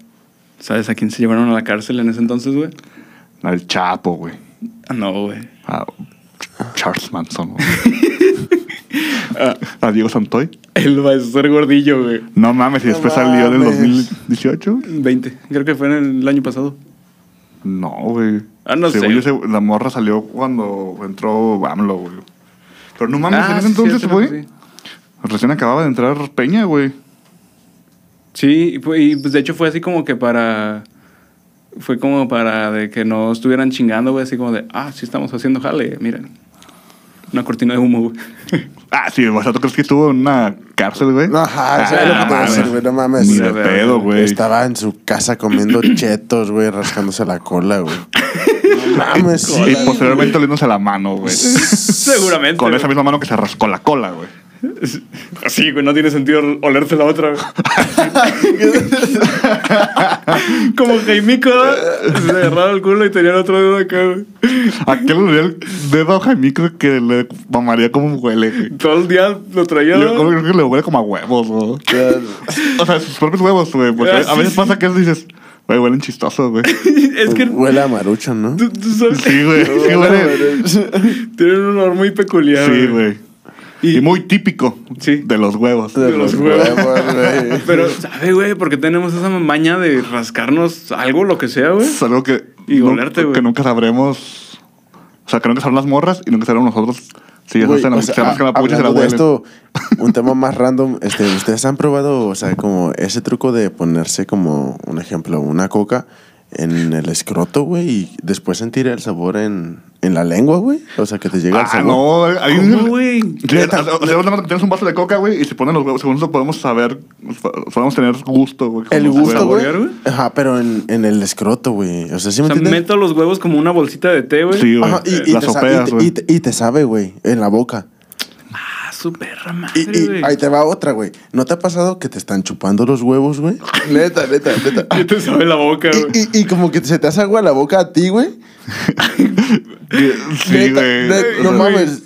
Speaker 2: ¿Sabes a quién se llevaron a la cárcel en ese entonces, güey?
Speaker 3: Al Chapo, güey.
Speaker 2: Ah, no, güey.
Speaker 3: A Charles Manson, güey.
Speaker 4: Ah.
Speaker 3: A Diego Santoy.
Speaker 2: El maestro gordillo, güey.
Speaker 3: No mames, y
Speaker 4: No
Speaker 3: después salió en el
Speaker 4: mames.
Speaker 3: 2018.
Speaker 2: 20. Creo que fue en el año pasado.
Speaker 3: No, güey.
Speaker 2: Ah, no
Speaker 3: Según
Speaker 2: sé.
Speaker 3: yo, se- la morra salió cuando entró AMLO, güey. Pero no mames, en
Speaker 2: Ah,
Speaker 3: ese
Speaker 2: sí,
Speaker 3: entonces,
Speaker 2: cierto, creo
Speaker 3: güey.
Speaker 2: que sí.
Speaker 3: Recién acababa de entrar Peña, güey.
Speaker 2: Sí, y pu- y pues de hecho fue así como que para. Fue como para de que no estuvieran chingando, güey, así como de, ah, sí estamos haciendo jale, miren. Una cortina de humo, güey.
Speaker 3: Ah, sí, el vasato crees que estuvo en una cárcel, güey. Ah,
Speaker 4: Ajá,
Speaker 2: Ah,
Speaker 4: eso es ah, lo que te iba a
Speaker 3: mames.
Speaker 4: decir, güey, no mames.
Speaker 3: Ni de
Speaker 2: Mira,
Speaker 3: pedo, güey.
Speaker 4: Estaba en su casa comiendo chetos, güey, rascándose la cola, güey. No mames.
Speaker 3: Y
Speaker 4: sí,
Speaker 3: posteriormente oliéndose la mano, güey.
Speaker 2: Seguramente.
Speaker 3: Con
Speaker 2: güey.
Speaker 3: esa misma mano que se rascó la cola, güey.
Speaker 2: Sí, güey, no tiene sentido olerse la otra. güey. como Jaimico, ¿no? se agarraba el culo y tenía el otro dedo acá, güey.
Speaker 3: Aquel olía el dedo a Jaimico que le mamaría como huele, güey.
Speaker 2: Todo el día lo traía.
Speaker 3: Yo
Speaker 2: ¿no?
Speaker 3: creo que le huele como a huevos, güey. O sea, sus propios huevos, güey. Porque
Speaker 2: Ah,
Speaker 3: a
Speaker 2: sí,
Speaker 3: veces
Speaker 2: sí.
Speaker 3: pasa que dices, güey, huelen chistosos, güey.
Speaker 2: es que
Speaker 4: Huele a marucha, ¿no?
Speaker 2: tú, tú sabes,
Speaker 3: Sí, güey. Sí, huele.
Speaker 2: tienen un olor muy peculiar.
Speaker 3: Sí, güey.
Speaker 2: Y-
Speaker 3: Y muy típico
Speaker 2: Sí.
Speaker 3: de los huevos.
Speaker 4: De
Speaker 2: los
Speaker 4: los
Speaker 2: huevos.
Speaker 4: huevos, güey.
Speaker 2: Pero, ¿sabe, güey? Porque tenemos esa maña de rascarnos algo, lo que sea, güey.
Speaker 3: Es algo que,
Speaker 2: Y
Speaker 3: nu-
Speaker 2: olerte, güey.
Speaker 3: que nunca sabremos. O sea, que nunca sabrán las morras y nunca sabrán nosotros. Si ellos
Speaker 4: Güey,
Speaker 3: hacen la,
Speaker 4: o sea,
Speaker 3: se rascan la
Speaker 4: a-
Speaker 3: pucha y se la
Speaker 4: hablando de
Speaker 3: huelen.
Speaker 4: esto, un tema más random, este, ustedes han probado, o sea, como ese truco de ponerse como un ejemplo, una coca en el escroto, güey, y después sentir el sabor en, en la lengua, güey. O sea, que te llega el
Speaker 3: Ah,
Speaker 4: sabor.
Speaker 3: no, hay
Speaker 2: ¿Cómo, güey?
Speaker 3: Sí, o sea, o sea, nada más tienes un vaso de coca, güey, y se ponen los huevos. Según eso podemos saber, podemos tener gusto, güey. con
Speaker 4: El
Speaker 3: los
Speaker 4: gusto,
Speaker 3: huevos.
Speaker 4: güey.
Speaker 2: saborear, güey?
Speaker 4: Ajá, pero en, en el escroto, güey. O sea, ¿sí
Speaker 2: O
Speaker 4: me
Speaker 2: sea,
Speaker 4: entiendes?
Speaker 2: meto los huevos como una bolsita de té, güey.
Speaker 3: Sí, güey. eh,
Speaker 4: Ajá, y, y
Speaker 3: Las
Speaker 4: te sa-
Speaker 3: sopeas,
Speaker 4: y te-
Speaker 3: güey.
Speaker 4: y te- y te sabe, güey, en la boca.
Speaker 2: Ah, su perra
Speaker 4: Y,
Speaker 2: madre,
Speaker 4: y
Speaker 2: güey.
Speaker 4: ahí te va otra, güey. ¿No te ha pasado que te están chupando los huevos, güey? Neta, neta, neta.
Speaker 2: Ya te sabe la boca, güey.
Speaker 4: Y, y- y como que se te hace agua la boca a ti, güey.
Speaker 3: eh, Sí,
Speaker 4: Neta,
Speaker 3: güey.
Speaker 4: neta, No
Speaker 3: O sea,
Speaker 4: mames.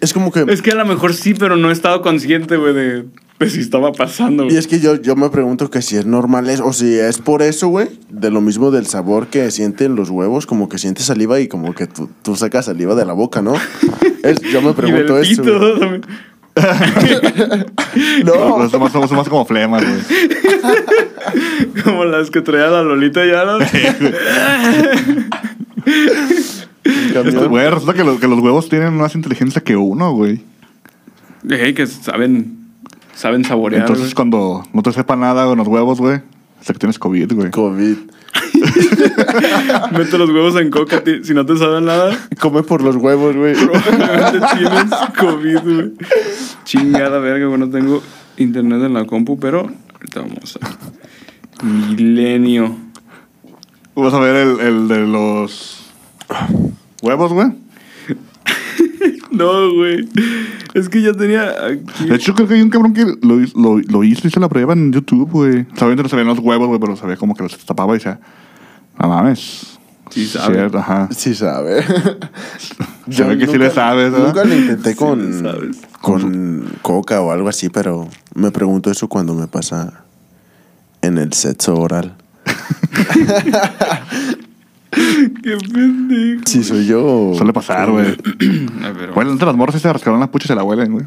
Speaker 4: Es como que.
Speaker 2: Es que a lo mejor sí, pero no he estado consciente, güey, de, de si estaba pasando,
Speaker 4: Y
Speaker 2: güey.
Speaker 4: es que yo, yo me pregunto que si es normal es, o si es por eso, güey, de lo mismo del sabor que sienten los huevos, como que sientes saliva y como que tú, tú sacas saliva de la boca, ¿no? Es- yo me
Speaker 2: Y del
Speaker 4: pregunto eso.
Speaker 2: pito,
Speaker 4: güey.
Speaker 2: también.
Speaker 4: No,
Speaker 3: Son más, son más como flemas, güey.
Speaker 2: Como las que traía la Lolita ya. ¿no?
Speaker 3: Este, güey, resulta que, lo- que los huevos tienen más inteligencia que uno, güey.
Speaker 2: Ey, que saben, saben saborear,
Speaker 3: Entonces,
Speaker 2: güey.
Speaker 3: cuando no te sepa nada con los huevos, güey, hasta que tienes COVID, güey.
Speaker 4: COVID.
Speaker 2: Mete los huevos en coca, ti- si no te saben nada.
Speaker 4: Come por los huevos, güey.
Speaker 2: Probablemente tienes COVID, güey. Chingada verga, güey. No tengo internet en la compu, pero ahorita vamos a. Milenio.
Speaker 3: Vas a ver el, el de los huevos, güey.
Speaker 2: No, güey. Es que yo tenía aquí.
Speaker 3: De hecho, creo que hay un cabrón que lo, hiz- lo, lo hizo, hizo la prueba en YouTube, güey. Sabiendo no se veían los huevos, güey, pero sabía como que los tapaba y decía, no mames.
Speaker 2: Sí sabe.
Speaker 3: Cierto, ajá.
Speaker 4: Sí sabe.
Speaker 3: Se ve que sí le sabes, ¿verdad?
Speaker 4: Nunca lo intenté con,
Speaker 2: le sabes.
Speaker 4: con coca o algo así, pero me pregunto eso cuando me pasa en el sexo oral.
Speaker 2: Qué pendejo.
Speaker 4: Si soy yo.
Speaker 3: Suele pasar, güey.
Speaker 2: Ay, pero-
Speaker 3: Bueno, entre las morras sí se rascaron las puchas y se la huelen, güey.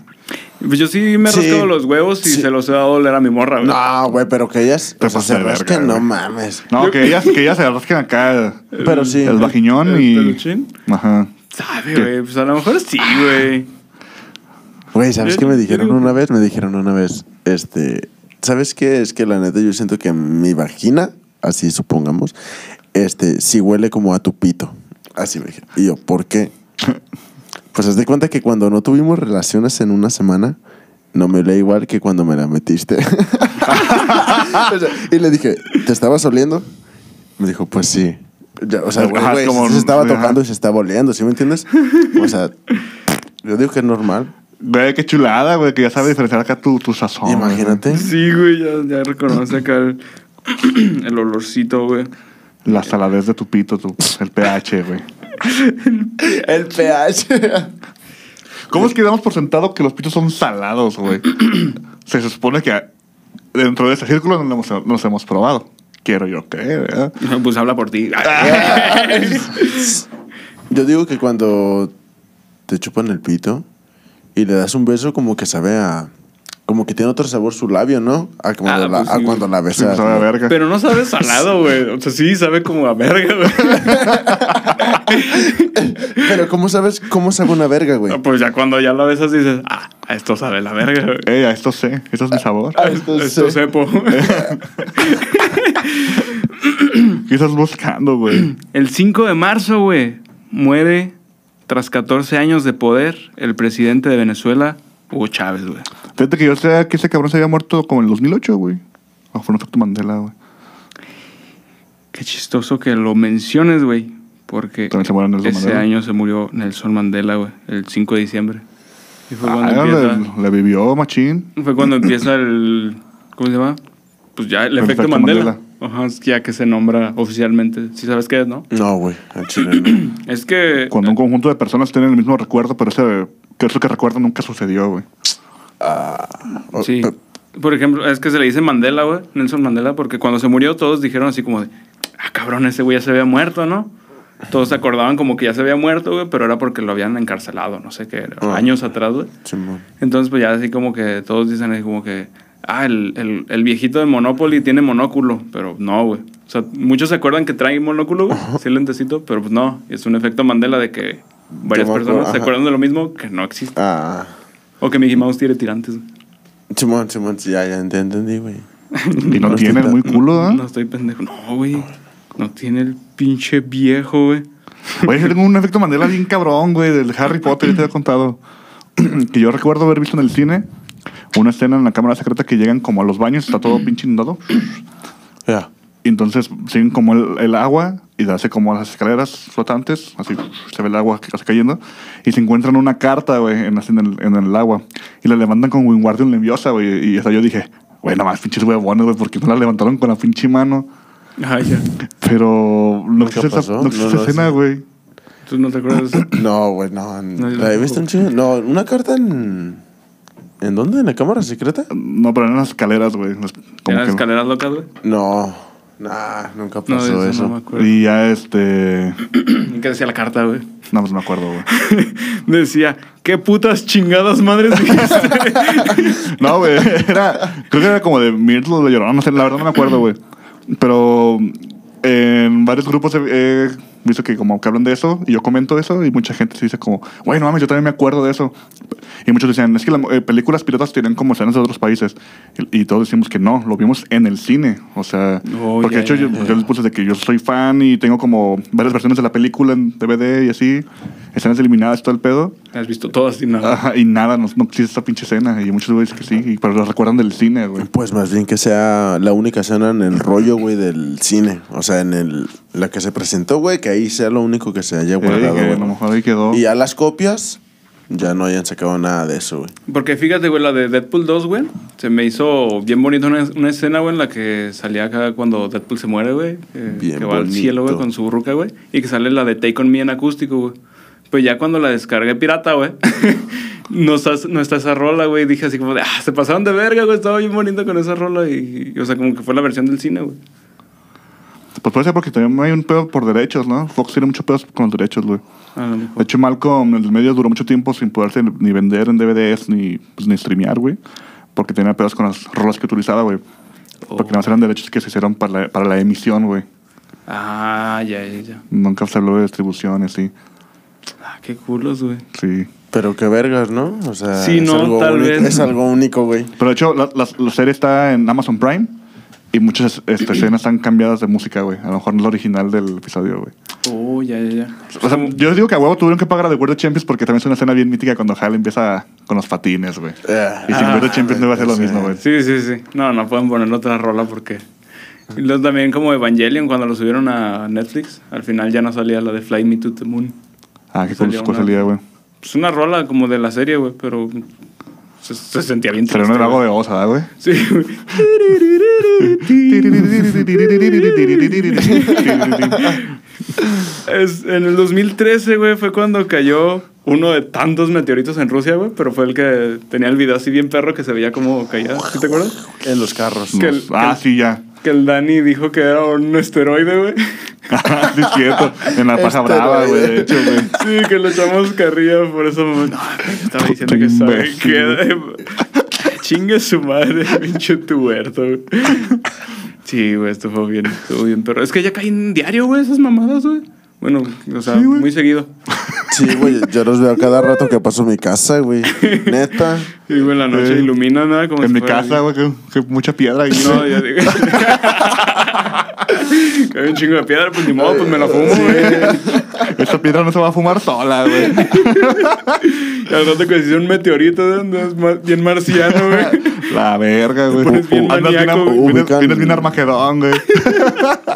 Speaker 2: Pues yo sí me he
Speaker 4: Sí.
Speaker 2: rascado los huevos y
Speaker 4: Sí.
Speaker 2: se los he dado a oler a mi morra, güey.
Speaker 4: No, güey, pero que ellas
Speaker 3: Te
Speaker 4: o sea,
Speaker 3: pasas
Speaker 4: se
Speaker 3: de verga,
Speaker 4: rasquen, no
Speaker 3: güey.
Speaker 4: mames.
Speaker 3: No, que ellas, que ellas se rasquen acá
Speaker 4: Pero sí.
Speaker 3: el vagiñón
Speaker 2: el
Speaker 3: y...
Speaker 2: peluchín.
Speaker 3: Ajá.
Speaker 2: sabe, güey. Pues a lo mejor sí,
Speaker 4: Ah.
Speaker 2: güey.
Speaker 4: Güey, ¿sabes
Speaker 2: Yo-
Speaker 4: qué me
Speaker 2: yo
Speaker 4: dijeron
Speaker 2: digo-
Speaker 4: una vez? Me dijeron una vez, este, ¿sabes qué? Es que la neta yo siento que mi vagina, así supongamos, este, sí huele como a tu pito. Así me dijeron. Y yo, ¿por qué? Pues haz de cuenta que cuando no tuvimos relaciones en una semana, no me olía igual que cuando me la metiste. O sea, y le dije, ¿te estabas oliendo? Me dijo, pues sí. Ya, o sea, güey,
Speaker 3: Ajá,
Speaker 4: güey,
Speaker 3: Ah, como-
Speaker 4: se estaba
Speaker 3: ajá.
Speaker 4: tocando y se estaba oliendo, ¿sí me entiendes? O sea, yo digo que es normal.
Speaker 3: Güey, qué chulada, güey, que ya sabe diferenciar acá tu, tu
Speaker 2: Oh,
Speaker 3: sazón.
Speaker 4: Imagínate.
Speaker 2: Sí, güey, ya, ya reconoce acá el, el olorcito, güey.
Speaker 3: güey. La saladez de tu pito, tu, el pH, güey.
Speaker 4: El pH.
Speaker 3: ¿Cómo es que damos por sentado que los pitos son salados, güey? Se supone que dentro de ese círculo no los hemos, no los hemos probado. Quiero yo creer, ¿verdad?
Speaker 2: Pues habla por ti.
Speaker 4: Yo digo que cuando te chupan el pito y le das un beso, como que sabe a. Como que tiene otro sabor su labio, ¿no? A cuando,
Speaker 2: Ah,
Speaker 4: la,
Speaker 2: pues
Speaker 4: a
Speaker 2: sí.
Speaker 4: cuando la
Speaker 3: Sí,
Speaker 4: besas.
Speaker 3: sabe a
Speaker 4: ¿no?
Speaker 3: verga.
Speaker 2: Pero no sabe salado, güey. O sea, sí, sabe como a verga, güey.
Speaker 4: Pero ¿cómo sabes cómo sabe una verga, güey?
Speaker 2: Pues ya cuando ya la besas dices, ah, a esto sabe la verga, güey.
Speaker 3: Ey, a esto sé. Esto es mi sabor.
Speaker 4: Ah,
Speaker 2: Esto,
Speaker 4: esto
Speaker 2: esto
Speaker 4: sé.
Speaker 2: sepo. ah.
Speaker 3: ¿Qué estás buscando, güey?
Speaker 2: El 5 de marzo, güey, muere tras 14 años de poder el presidente de Venezuela, Hugo Chávez, güey.
Speaker 3: Fíjate que yo sé que ese cabrón se había muerto como en el 2008, güey. O fue un efecto Mandela, güey.
Speaker 2: Qué chistoso que lo menciones, güey. Porque
Speaker 3: También se muere Nelson
Speaker 2: ese
Speaker 3: Mandela.
Speaker 2: año se murió Nelson Mandela, güey, el 5 de diciembre. Y fue cuando,
Speaker 3: Ah,
Speaker 2: empieza,
Speaker 3: le, le vivió, machín.
Speaker 2: fue cuando empieza el. ¿Cómo se llama? Pues ya el, efecto,
Speaker 3: efecto
Speaker 2: Mandela.
Speaker 3: Mandela.
Speaker 2: Ajá, es que ya que se nombra oficialmente. Si sabes qué es, ¿no?
Speaker 4: No, güey. al chile no.
Speaker 2: Es que.
Speaker 3: Cuando un conjunto de personas tienen el mismo recuerdo, pero ese, que eso que recuerdo nunca sucedió, güey. oh,
Speaker 4: O-
Speaker 2: Sí.
Speaker 4: Oh,
Speaker 3: eh.
Speaker 4: pe-
Speaker 2: Por ejemplo, es que se le dice Mandela, güey, Nelson Mandela, porque cuando se murió todos dijeron así como de, ah, cabrón, ese güey ya se había muerto, ¿no? Todos se acordaban como que ya se había muerto, güey, pero era porque lo habían encarcelado, no sé qué, era,
Speaker 4: Ah.
Speaker 2: años atrás, güey.
Speaker 4: Simón.
Speaker 2: Entonces, pues ya así como que todos dicen así como que, ah, el, el- el viejito de Monopoly tiene monóculo, pero no, güey. O sea, muchos se acuerdan que trae monóculo, güey, sí, lentecito, pero pues no, es un efecto Mandela de que varias
Speaker 4: Que va-
Speaker 2: personas se
Speaker 4: ajá.
Speaker 2: acuerdan de lo mismo que no existe.
Speaker 4: Ah.
Speaker 2: O que Mickey Mouse tiene tirantes, güey.
Speaker 4: Simón, Simón, sí, ya, ya ent- entendí, güey.
Speaker 3: Y no
Speaker 4: No,
Speaker 3: tiene
Speaker 4: sí,
Speaker 3: muy culo, ¿ah?
Speaker 2: No estoy pendejo. No, güey. No tiene el pinche viejo, güey.
Speaker 3: Oye, yo tengo un efecto Mandela bien cabrón, güey, del Harry Potter, ya te he contado. que yo recuerdo haber visto en el cine una escena en la cámara secreta que llegan como a los baños, está todo pinche inundado.
Speaker 4: Ya.
Speaker 3: Y entonces siguen como el, el agua y hace como las escaleras flotantes, así se ve el agua que está cayendo. Y se encuentran una carta, güey, en, así en, el, en el agua. Y la levantan con Wingardium Leviosa, güey. Y hasta yo dije, güey, nada más pinches huevones, güey, porque no la levantaron con la pinche mano.
Speaker 2: Ay, Ah, ya.
Speaker 3: Pero no
Speaker 4: Nunca
Speaker 3: existe esa,
Speaker 4: pasó,
Speaker 3: no existe
Speaker 4: no
Speaker 3: esa
Speaker 4: lo
Speaker 3: escena,
Speaker 4: sé.
Speaker 3: güey.
Speaker 2: ¿Tú no te acuerdas de eso?
Speaker 4: No, güey, no.
Speaker 2: No, yo
Speaker 4: ¿La he visto
Speaker 2: tampoco.
Speaker 4: en Chile? No, una carta en. ¿En dónde? ¿En la cámara secreta?
Speaker 3: No, pero eran las escaleras, güey. las- como
Speaker 2: ¿Eran
Speaker 3: que-
Speaker 2: escaleras locas, güey?
Speaker 4: No. Nah, nunca
Speaker 2: No,
Speaker 4: pasó
Speaker 2: de eso,
Speaker 4: eso.
Speaker 2: no me acuerdo.
Speaker 3: Y ya este.
Speaker 2: ¿Qué decía la carta, güey?
Speaker 3: No, pues me acuerdo, güey.
Speaker 2: Decía, ¿qué putas chingadas madres dijiste?
Speaker 3: No, güey. Era, creo que era como de Myrtle de Llorón. No sé, la verdad no me acuerdo, güey. Pero en varios grupos he, he visto que como que hablan de eso y yo comento eso y mucha gente se dice como, güey, no mames, yo también me acuerdo de eso. Y muchos decían, es que las películas piratas tienen como escenas de otros países. Y, y todos decimos que no, lo vimos en el cine. O sea,
Speaker 2: Oh,
Speaker 3: porque
Speaker 2: ya,
Speaker 3: de hecho
Speaker 2: ya,
Speaker 3: yo,
Speaker 2: ya.
Speaker 3: yo les puse de que yo soy fan y tengo como varias versiones de la película en DVD y así, escenas eliminadas, todo el pedo.
Speaker 2: Has visto todas y nada.
Speaker 3: Ajá, y nada, no, no existe esa pinche escena. Y muchos güeyes que sí, y- pero lo recuerdan del cine, güey.
Speaker 4: Pues más bien que sea la única escena en el rollo, güey, del cine. O sea, en el, la que se presentó, güey, que ahí sea lo único que se haya
Speaker 3: Eh,
Speaker 4: guardado,
Speaker 3: que a
Speaker 4: güey.
Speaker 3: lo mejor ahí quedó.
Speaker 4: Y ya las copias, ya no hayan sacado nada de eso, güey.
Speaker 2: Porque fíjate, güey, la de Deadpool 2, güey, se me hizo bien bonita una, una escena, güey, en la que salía acá cuando Deadpool se muere, güey. eh,
Speaker 4: Bien
Speaker 2: que va al cielo, güey,
Speaker 4: bonito.
Speaker 2: con su ruca, güey. Y que sale la de Take On Me en acústico, güey. Pues ya cuando la descargué pirata, güey, no, está, no está esa rola, güey. Dije así como de, ah, se pasaron de verga, güey, estaba bien bonito con esa rola. Y, y, o sea, como que fue la versión del cine, güey.
Speaker 3: Pues puede ser porque también hay un pedo por derechos, ¿no? Fox tiene muchos pedos con los derechos, güey.
Speaker 2: A lo
Speaker 3: De
Speaker 2: mejor.
Speaker 3: hecho, Malcolm en el medio duró mucho tiempo sin poderse ni vender en DVDs ni, pues, ni streamear, güey. Porque tenía pedos con las rolas que utilizaba, güey. Porque nada más eran derechos que se hicieron para la, para la emisión, güey.
Speaker 2: Ah, ya, ya, ya.
Speaker 3: Nunca se habló de distribución y así.
Speaker 2: Ah, qué culos, güey.
Speaker 3: Sí.
Speaker 4: Pero qué vergas, ¿no? O sea,
Speaker 2: Sí, no, tal
Speaker 4: único-
Speaker 2: vez.
Speaker 4: Es algo único, güey.
Speaker 3: Pero de hecho, la, la- la serie está en Amazon Prime y muchas este, escenas están cambiadas de música, güey. A lo mejor no es la original del episodio, güey.
Speaker 2: Oh, ya, ya, ya.
Speaker 3: O sea, yo digo que a huevo tuvieron que pagar a The World of Champions porque también es una escena bien mítica cuando Hal empieza con los patines, güey.
Speaker 4: Ah,
Speaker 3: Y sin World of Champions no iba a ser lo
Speaker 4: sí.
Speaker 3: mismo, güey.
Speaker 2: Ah, Sí, sí, sí. No, no pueden poner otra rola porque. Y luego también como Evangelion, cuando lo subieron a Netflix, al final ya no salía la de Fly Me to the Moon.
Speaker 3: Ah, qué
Speaker 2: Salió
Speaker 3: cosa
Speaker 2: una-
Speaker 3: salía, güey.
Speaker 2: Es una rola como de la serie, güey, pero se, se sentía bien
Speaker 3: Salió
Speaker 2: triste.
Speaker 3: un lago
Speaker 2: güey.
Speaker 3: de osa, ¿verdad, güey.
Speaker 2: Sí, güey. Es- en el 2013, güey, fue cuando cayó uno de tantos meteoritos en Rusia, güey, pero fue el que tenía el video así bien perro que se veía como caía. ¿Sí te acuerdas?
Speaker 4: En los carros.
Speaker 2: Que-
Speaker 3: Nos- ah, sí, ya.
Speaker 2: Que el Dani dijo que era un esteroide, güey.
Speaker 3: Ah, sí, es cierto. En la paja
Speaker 2: Este,
Speaker 4: Esteroide.
Speaker 3: brava, güey. De hecho, güey.
Speaker 2: Sí, que le echamos carrilla por eso. No, estaba diciendo que sabe
Speaker 3: Imbécil.
Speaker 2: que chingue su madre, pinche tuerto. güey. Sí, güey, esto fue bien, estuvo bien, pero es que ya caen diario, güey, esas mamadas, güey. Bueno, o sea,
Speaker 3: Sí, güey.
Speaker 2: muy seguido.
Speaker 4: Sí, güey. Yo los veo cada rato que paso mi casa, güey. Neta.
Speaker 2: Sí, güey, en la noche
Speaker 3: Eh,
Speaker 2: ilumina nada como
Speaker 3: En
Speaker 2: si
Speaker 3: mi
Speaker 2: fuera-
Speaker 3: casa, güey, que, que mucha piedra ahí.
Speaker 2: No, yo digo. que hay un chingo de piedra, pues ni modo, pues me la fumo, güey.
Speaker 3: Esta piedra no se va a fumar sola, güey.
Speaker 2: Y al rato que si es un meteorito, ¿de dónde es mar- bien marciano, güey.
Speaker 3: La verga, güey.
Speaker 2: pones bien
Speaker 3: Andas bien,
Speaker 2: maníaco,
Speaker 4: güey.
Speaker 3: vienes-
Speaker 4: Ubican-
Speaker 3: vienes bien armagedón, güey.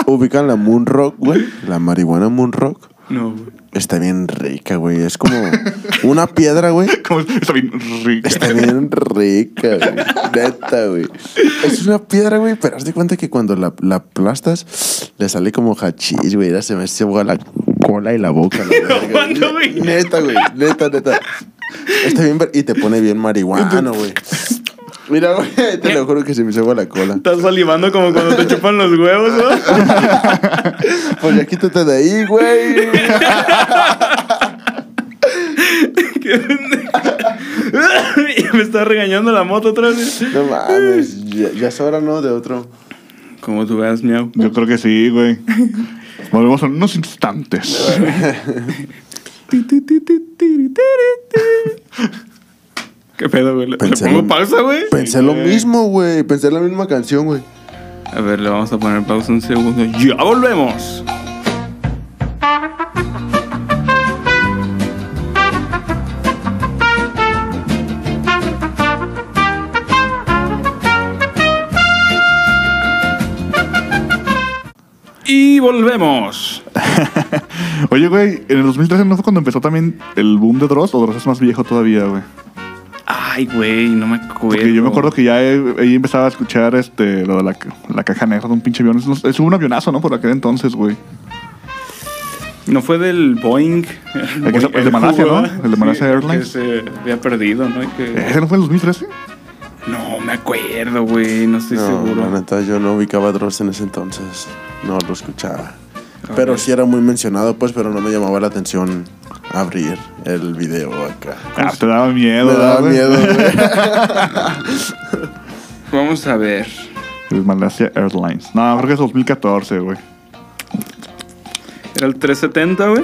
Speaker 4: Ubican la Moon Rock, güey. La marihuana Moon Rock.
Speaker 2: No, güey.
Speaker 4: Está bien rica, güey. Es como una piedra, güey.
Speaker 3: Como- Está bien rico.
Speaker 4: Está bien rica, güey. Neta, güey. Es una piedra, güey, pero haz de cuenta que cuando la, la aplastas, le sale como hachís, güey. Ya Se me se ahoga la cola y la boca. la verga,
Speaker 2: ¿Cuándo, güey?
Speaker 4: Neta, güey. Neta, neta. Está bien. ver- Y te pone bien marihuano, güey. Mira, güey, te lo juro que se me hizo agua la cola.
Speaker 2: Estás salivando como cuando te chupan los huevos, ¿no?
Speaker 4: Pues ya quítate de ahí, güey.
Speaker 2: Qué pendejo. Ya Me está regañando la moto otra vez.
Speaker 4: No mames. Ya, ya es hora, ¿no? De otro.
Speaker 2: Como tú veas, miau.
Speaker 3: Yo creo que sí, güey. Volvemos en unos instantes.
Speaker 2: ¿Qué pedo, güey? ¿Le le
Speaker 4: Pensé
Speaker 2: pongo
Speaker 4: lo-
Speaker 2: pausa, güey?
Speaker 4: Pensé lo mismo, güey. Pensé la misma canción, güey.
Speaker 2: A ver, le vamos a poner pausa un segundo. ¡Ya volvemos! Y volvemos.
Speaker 3: Oye, güey, en el 2013 no fue cuando empezó también el boom de Dross, o Dross es más viejo todavía, güey.
Speaker 2: Ay, güey, no me acuerdo.
Speaker 3: Porque yo me acuerdo que ya eh, ahí empezaba a escuchar este, lo de la, ca- la caja negra de un pinche avión. Es, es un avionazo, ¿no? Por aquel entonces, güey.
Speaker 2: No fue del Boeing. El,
Speaker 3: que es- el de Malasia,
Speaker 2: jugo,
Speaker 3: ¿no? El de Malasia Airlines. Eh.
Speaker 2: Que se había perdido, ¿no? Y que-
Speaker 3: ¿Ese no fue en el 2013?
Speaker 2: No me acuerdo, güey. No estoy seguro.
Speaker 4: la neta, yo no ubicaba a Dross en ese entonces. No lo escuchaba. Pero sí era muy mencionado, pues, pero no me llamaba la atención abrir el video acá.
Speaker 3: Ah, te daba miedo,
Speaker 4: me daba
Speaker 3: güey?
Speaker 4: miedo, güey.
Speaker 2: Vamos a ver.
Speaker 3: El Malasia Airlines. No, creo que es 2014, güey.
Speaker 2: Era el 370, güey.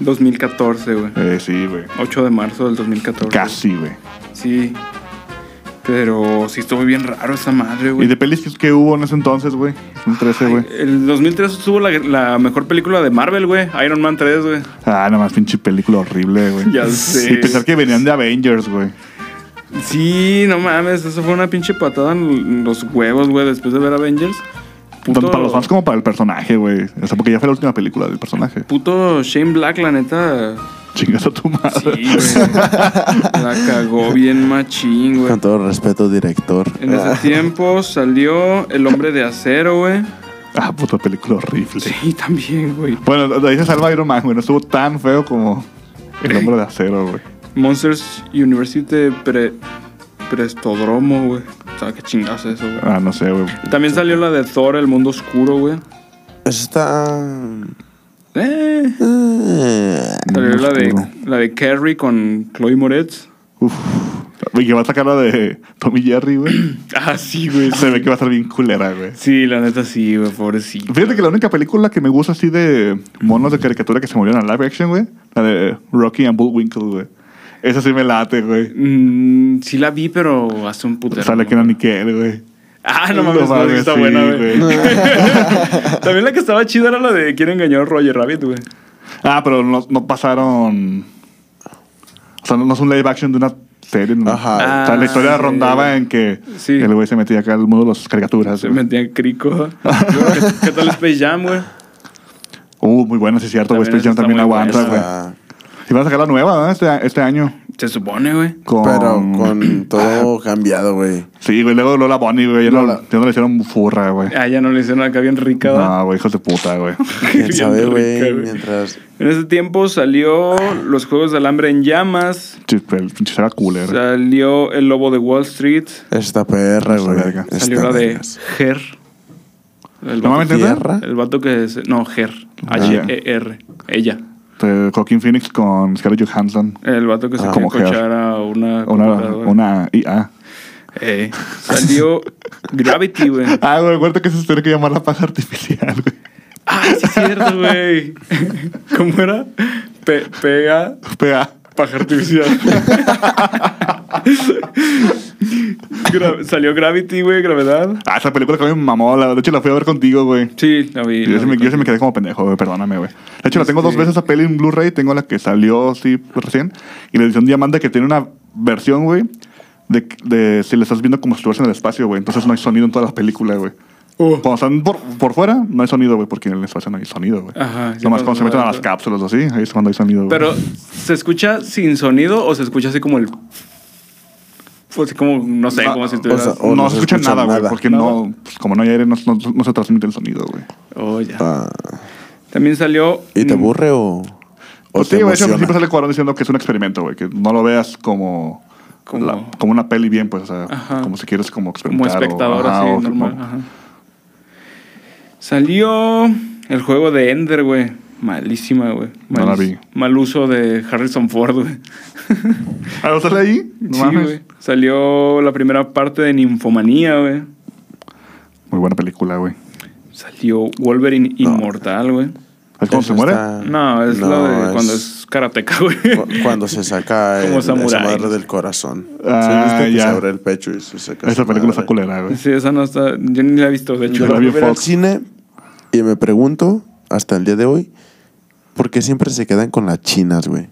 Speaker 2: 2014, güey.
Speaker 3: Eh, sí, güey.
Speaker 2: 8 de marzo del 2014.
Speaker 3: Casi, güey.
Speaker 2: Sí. Pero sí estuvo bien raro esa madre,
Speaker 3: ¿Y
Speaker 2: güey.
Speaker 3: de pelis que- que hubo en ese entonces, güey? 2013, güey.
Speaker 2: El 2003 estuvo la, la mejor película de Marvel, güey. Iron Man 3, güey.
Speaker 3: Ah, nada más pinche película horrible, güey.
Speaker 2: Ya sé.
Speaker 3: Y pensar que venían de Avengers, güey.
Speaker 2: Sí, no mames. Eso fue una pinche patada en los huevos, güey, después de ver Avengers.
Speaker 3: Tanto para los fans como para el personaje, güey. O sea, porque ya fue la última película del personaje.
Speaker 2: Puto Shane Black, la neta.
Speaker 3: Chingas a tu madre.
Speaker 2: Sí, güey. La cagó bien machín, güey.
Speaker 4: Con todo respeto, director. Ah,
Speaker 2: En ese tiempo salió El Hombre de Acero, güey.
Speaker 3: Ah, puta película horrible.
Speaker 2: Sí, también, güey.
Speaker 3: Bueno, de ahí se salva Iron Man, güey. No estuvo tan feo como el hombre de acero, güey.
Speaker 2: Monsters University Pre Prestodromo, güey. O sea, qué chingazo eso, güey.
Speaker 3: Ah, no sé, güey.
Speaker 2: También salió la de Thor, El Mundo Oscuro, güey.
Speaker 4: Eso está.
Speaker 2: Ah, Eh.
Speaker 4: eh,
Speaker 2: Salió la de,
Speaker 3: Oscuro.
Speaker 2: la de Carrie con Chloe Moretz.
Speaker 3: Uf. Güey, que va a sacar la de Tommy Jerry, güey.
Speaker 2: Ah, sí, güey.
Speaker 3: Se ve que va a estar bien culera, güey.
Speaker 2: Sí, la neta sí, güey, pobrecito.
Speaker 3: Fíjate que la única película que me gusta así de monos de caricatura que se murieron a live action, güey, la de Rocky and Bullwinkle, güey. Esa sí me late, güey.
Speaker 2: Mm, sí la vi, pero hace un putero.
Speaker 3: Sale
Speaker 2: ¿no?
Speaker 3: que era Nickel, güey.
Speaker 2: Ah, no mames, no, sí está
Speaker 3: sí,
Speaker 2: buena, güey. También la que estaba chida era la de Quién engañó a Roger Rabbit, güey.
Speaker 3: Ah, pero no, no pasaron. O sea, no, no es un live action de una serie, ¿no?
Speaker 4: Ajá.
Speaker 3: o sea,
Speaker 2: Ah,
Speaker 3: la historia
Speaker 2: sí.
Speaker 3: rondaba en que
Speaker 2: Sí.
Speaker 3: el güey se metía acá al mundo de las caricaturas.
Speaker 2: Se
Speaker 3: güey.
Speaker 2: metía crico. ¿Qué, qué tal Space Jam, güey?
Speaker 3: Uh, muy buena, sí, es cierto, güey.
Speaker 2: También
Speaker 3: Space Jam
Speaker 2: esa está
Speaker 3: también
Speaker 2: muy buena.
Speaker 3: aguanta, güey.
Speaker 4: Ah,
Speaker 3: Y van a sacar la nueva, ¿no? Este, este año.
Speaker 2: Se supone, güey.
Speaker 3: Con...
Speaker 4: pero con todo cambiado, güey.
Speaker 3: Sí, güey, luego Lola Bonnie, güey. Ya no,
Speaker 4: Lola.
Speaker 3: ya no le hicieron furra, güey.
Speaker 2: Ah, ya no le hicieron acá bien rica, ¿verdad?
Speaker 3: No, güey, hijos de puta, güey.
Speaker 4: Quién sabe,
Speaker 2: Bien rica,
Speaker 4: güey.
Speaker 2: güey.
Speaker 4: Mientras.
Speaker 2: En ese tiempo salió Los Juegos del Hambre en Llamas.
Speaker 3: Chis- El pinche será cooler.
Speaker 2: Salió El Lobo de Wall Street.
Speaker 4: Esta perra,
Speaker 3: Esta
Speaker 4: güey.
Speaker 3: verga.
Speaker 4: Esta
Speaker 2: salió la de
Speaker 4: vergas.
Speaker 2: Her. El vato,
Speaker 3: No mames,
Speaker 2: que-
Speaker 3: ¿neta?
Speaker 4: Tierra.
Speaker 2: el vato que es. No, Her.
Speaker 3: Ah.
Speaker 2: H-E-R. Ella.
Speaker 3: Este, Joaquin Phoenix con Scarlett Johansson.
Speaker 2: El vato que se
Speaker 3: Ah,
Speaker 2: quiere
Speaker 3: como Her.
Speaker 2: cochar a una.
Speaker 3: Una,
Speaker 2: computadora.
Speaker 3: una IA.
Speaker 2: Eh, salió Gravity, güey.
Speaker 3: Ah, güey, acuérdate que se tiene que llamar la paz artificial, güey.
Speaker 2: Ah, sí es cierto, güey. ¿Cómo era? Pe- pega
Speaker 3: Pega.
Speaker 2: paja artificial. Gra- salió Gravity, güey, gravedad.
Speaker 3: Ah, esa película que me mamó. La, de hecho, la fui a ver contigo, güey.
Speaker 2: Sí, la vi.
Speaker 3: Yo
Speaker 2: la
Speaker 3: se,
Speaker 2: vi
Speaker 3: me, yo se me
Speaker 2: contigo.
Speaker 3: quedé como pendejo, güey, perdóname, güey. De hecho, la tengo dos
Speaker 2: Este-
Speaker 3: veces esa peli en Blu-ray. Tengo la que salió, sí, recién. Y la edición diamante que tiene una versión, güey, de, de si la estás viendo como si estuvieras en el espacio, güey. Entonces no hay sonido en todas las películas, güey.
Speaker 2: Oh.
Speaker 3: Cuando están por, por fuera, no hay sonido, güey, porque en el espacio no hay sonido, güey.
Speaker 2: Ajá, sí,
Speaker 3: Nomás
Speaker 2: no,
Speaker 3: cuando se
Speaker 2: no,
Speaker 3: meten a
Speaker 2: no.
Speaker 3: las cápsulas o así, ahí es cuando hay sonido, güey.
Speaker 2: Pero, ¿se escucha sin sonido o se escucha así como el. Pues como, no sé,
Speaker 3: No,
Speaker 2: como si
Speaker 3: Ah, o
Speaker 2: estuvieras.
Speaker 4: sea,
Speaker 3: no, se escucha, nada, güey, porque
Speaker 2: Nada.
Speaker 3: no, pues, como no hay aire, no, no- no se transmite el sonido, güey.
Speaker 2: Oh, ya.
Speaker 4: Ah,
Speaker 2: También salió.
Speaker 4: ¿Y te
Speaker 2: mm,
Speaker 4: aburre o.? O
Speaker 3: Pues sí,
Speaker 4: te
Speaker 3: güey, de hecho, al principio
Speaker 4: emociona?
Speaker 3: sale Cuarón diciendo que es un experimento, güey, que no lo veas como,
Speaker 2: Como-
Speaker 3: la- como una peli bien, pues, o sea,
Speaker 2: Ajá.
Speaker 3: como si quieres como
Speaker 2: Como
Speaker 3: experimentar. o-
Speaker 2: espectador,
Speaker 3: ajá,
Speaker 2: así,
Speaker 3: o-
Speaker 2: normal.
Speaker 3: o-
Speaker 2: ajá. Salió el juego de Ender, güey. Malísima, güey.
Speaker 3: No la
Speaker 2: Malís-
Speaker 3: vi.
Speaker 2: Mal uso de Harrison Ford, güey.
Speaker 3: Ah, ¿no sale ahí? No
Speaker 2: Sí,
Speaker 3: mames.
Speaker 2: güey. Salió la primera parte de Ninfomanía, güey.
Speaker 3: Muy buena película, güey.
Speaker 2: Salió Wolverine Inmortal, güey.
Speaker 3: ¿Sabes cómo
Speaker 4: Eso
Speaker 3: se muere?
Speaker 4: está-
Speaker 2: No, es la de
Speaker 4: es
Speaker 2: cuando es karateca, güey.
Speaker 4: cu- Cuando se saca
Speaker 2: Como
Speaker 4: el, esa
Speaker 2: samurái.
Speaker 4: madre del corazón.
Speaker 3: Ah,
Speaker 4: sí, viste que
Speaker 3: ya.
Speaker 4: se abre el pecho y se saca
Speaker 3: Esa
Speaker 4: su
Speaker 3: película
Speaker 4: madre.
Speaker 3: está culera, güey.
Speaker 2: Sí, esa no está. Yo ni la he visto, de hecho.
Speaker 4: Yo
Speaker 3: la
Speaker 4: la
Speaker 3: vi
Speaker 4: vi
Speaker 3: en
Speaker 4: ver al
Speaker 3: Fox.
Speaker 4: cine y me pregunto hasta el día de hoy por qué siempre se quedan con las chinas, güey.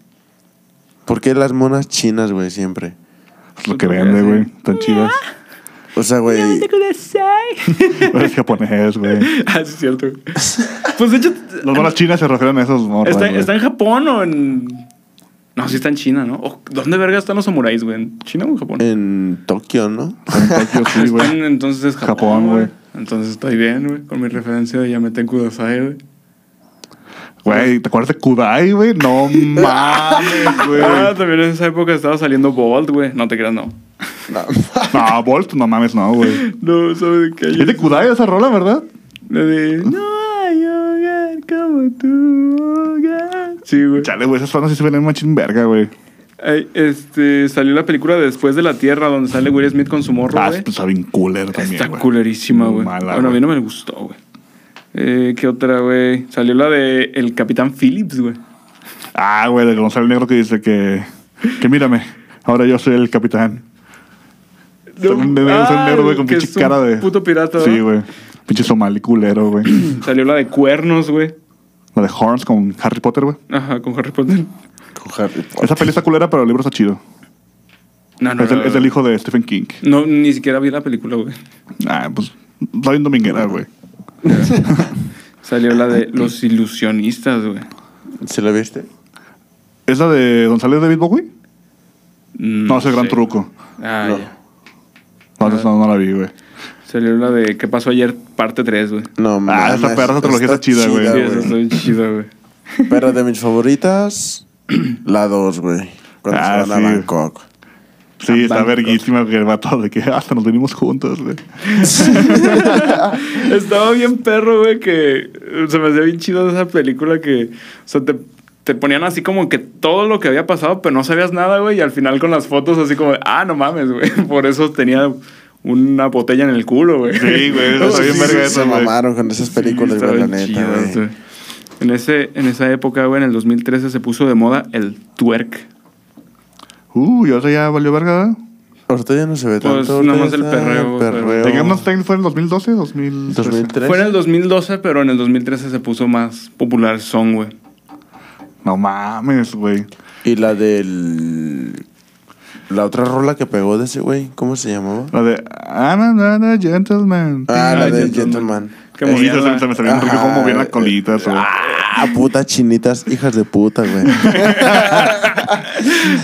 Speaker 4: ¿Por qué las monas chinas, güey, siempre?
Speaker 3: Es lo que vende, güey. Tan chidas.
Speaker 4: O sea, güey,
Speaker 3: Pero es japonés, güey.
Speaker 2: Ah, sí, es cierto. güey. Pues de hecho.
Speaker 3: Las bolas chinas se refieren a esos morros,
Speaker 2: ¿Está,
Speaker 3: güey.
Speaker 2: está en Japón o en.? No, sí está en China, ¿no? O- ¿Dónde verga están los samuráis, güey? ¿En China o en
Speaker 4: Eh,
Speaker 2: Japón? Ah,
Speaker 4: en Tokio, ¿no?
Speaker 3: En Tokio, sí,
Speaker 2: Están,
Speaker 3: güey.
Speaker 2: entonces es Japón,
Speaker 3: Japón,
Speaker 2: güey.
Speaker 3: güey.
Speaker 2: Entonces estoy bien, güey, con mi referencia de Yamete Kudasai, güey.
Speaker 3: Güey, ¿te acuerdas de Kudai, güey? No mames, güey.
Speaker 2: Ah, también en esa época estaba saliendo Bolt, güey. No te creas, no.
Speaker 3: No, Bolt, no mames, no, güey.
Speaker 2: No, ¿sabes de qué?
Speaker 3: ¿Es de Kudai esa rola, verdad?
Speaker 2: La de, No hay hogar como tu hogar. Sí, güey.
Speaker 3: Chale, güey, esas zonas sí se ven en machín verga, güey.
Speaker 2: Ay, este, salió la película de Después de la Tierra, donde sale Will Smith con su morro,
Speaker 3: Ah,
Speaker 2: güey.
Speaker 3: está bien cooler también,
Speaker 2: Está
Speaker 3: güey.
Speaker 2: culerísima,
Speaker 3: Muy
Speaker 2: güey.
Speaker 3: mala,
Speaker 2: Bueno, a mí
Speaker 3: güey.
Speaker 2: no me gustó, güey. Eh, ¿Qué otra, güey? Salió la de El Capitán Phillips, güey.
Speaker 3: Ah, güey, de Gonzalo Negro que dice que... Que mírame, ahora yo soy el capitán. Sale un nene- sale un negro, güey, con
Speaker 2: que
Speaker 3: pinche
Speaker 2: es un
Speaker 3: cara de...
Speaker 2: Puto pirata,
Speaker 3: Sí,
Speaker 2: ¿no?
Speaker 3: güey. Pinche somalí culero, güey.
Speaker 2: Salió la de Cuernos, güey.
Speaker 3: La de Horns con Harry Potter, güey.
Speaker 2: Ajá, con Harry Potter.
Speaker 4: Con Harry Potter.
Speaker 3: Esa peli está culera, pero el libro está chido.
Speaker 2: No, Ah, no,
Speaker 3: es, el,
Speaker 2: no,
Speaker 3: es el hijo de Stephen King.
Speaker 2: No, ni siquiera vi la película, güey.
Speaker 3: Ah, pues... Está bien dominguera, güey.
Speaker 2: Salió la de Los Ilusionistas, güey.
Speaker 4: ¿Sí la viste?
Speaker 3: ¿Es la de González David Bowie?
Speaker 2: Mm,
Speaker 3: No, es el gran
Speaker 2: sé.
Speaker 3: truco.
Speaker 2: Ah,
Speaker 4: No.
Speaker 2: ya. Ah.
Speaker 3: No, entonces no, no la vi, güey.
Speaker 2: Salió la de ¿Qué pasó ayer? Parte 3, güey.
Speaker 4: No,
Speaker 3: Ah, esa perra, esa trilogía está chida, güey.
Speaker 2: Sí,
Speaker 3: güey.
Speaker 2: esa está bien chida, güey.
Speaker 4: Pero de mis favoritas, la 2, güey. Cuando
Speaker 3: Ah,
Speaker 4: se van
Speaker 3: sí.
Speaker 4: a Bangkok.
Speaker 3: Sí, está
Speaker 2: Bangkok.
Speaker 3: verguísima que el vato de que "Ah, hasta nos venimos juntos, güey.
Speaker 2: Estaba bien perro, güey, que eh, se me hacía bien chido esa película que, o sea, te, te ponían así como que todo lo que había pasado, pero no sabías nada, güey. Y al final con las fotos así como, ah, no mames, güey. Por eso tenía una botella en el culo, güey.
Speaker 3: Sí, güey, eso está bien
Speaker 4: Sí,
Speaker 3: verga
Speaker 4: se
Speaker 3: eso, güey.
Speaker 4: mamaron con esas películas,
Speaker 2: Sí,
Speaker 4: güey, la
Speaker 2: estaban
Speaker 4: neta,
Speaker 2: chidas,
Speaker 4: güey.
Speaker 2: güey. este. En, ese, en esa época, güey, en el 2013 se puso de moda el twerk.
Speaker 3: Uh, y ahorita ya valió verga, ¿verdad?
Speaker 4: Ahorita ya no se ve
Speaker 2: Pues,
Speaker 4: tanto.
Speaker 2: nada
Speaker 4: ahorita
Speaker 2: más el
Speaker 4: está
Speaker 2: perreo, güey,
Speaker 4: perreo.
Speaker 2: pero-
Speaker 3: ¿De Game of Thrones fue en 2012 2013?
Speaker 4: 2003.
Speaker 2: Fue en el 2012, pero en el 2013 se puso más popular el son, güey.
Speaker 3: No mames, güey.
Speaker 4: Y la del. La otra rola que pegó de ese güey, ¿cómo se llamaba?
Speaker 3: La de I'm another gentleman.
Speaker 4: Ah, la
Speaker 2: Ay,
Speaker 4: de
Speaker 2: Gentleman.
Speaker 4: Gentleman.
Speaker 2: Que
Speaker 3: Sí,
Speaker 2: movían
Speaker 3: se,
Speaker 2: la-
Speaker 3: se me salió un truco
Speaker 4: Ajá,
Speaker 3: como bien la
Speaker 4: eh,
Speaker 3: colita. eso.
Speaker 4: Ah, putas chinitas, hijas de puta, güey.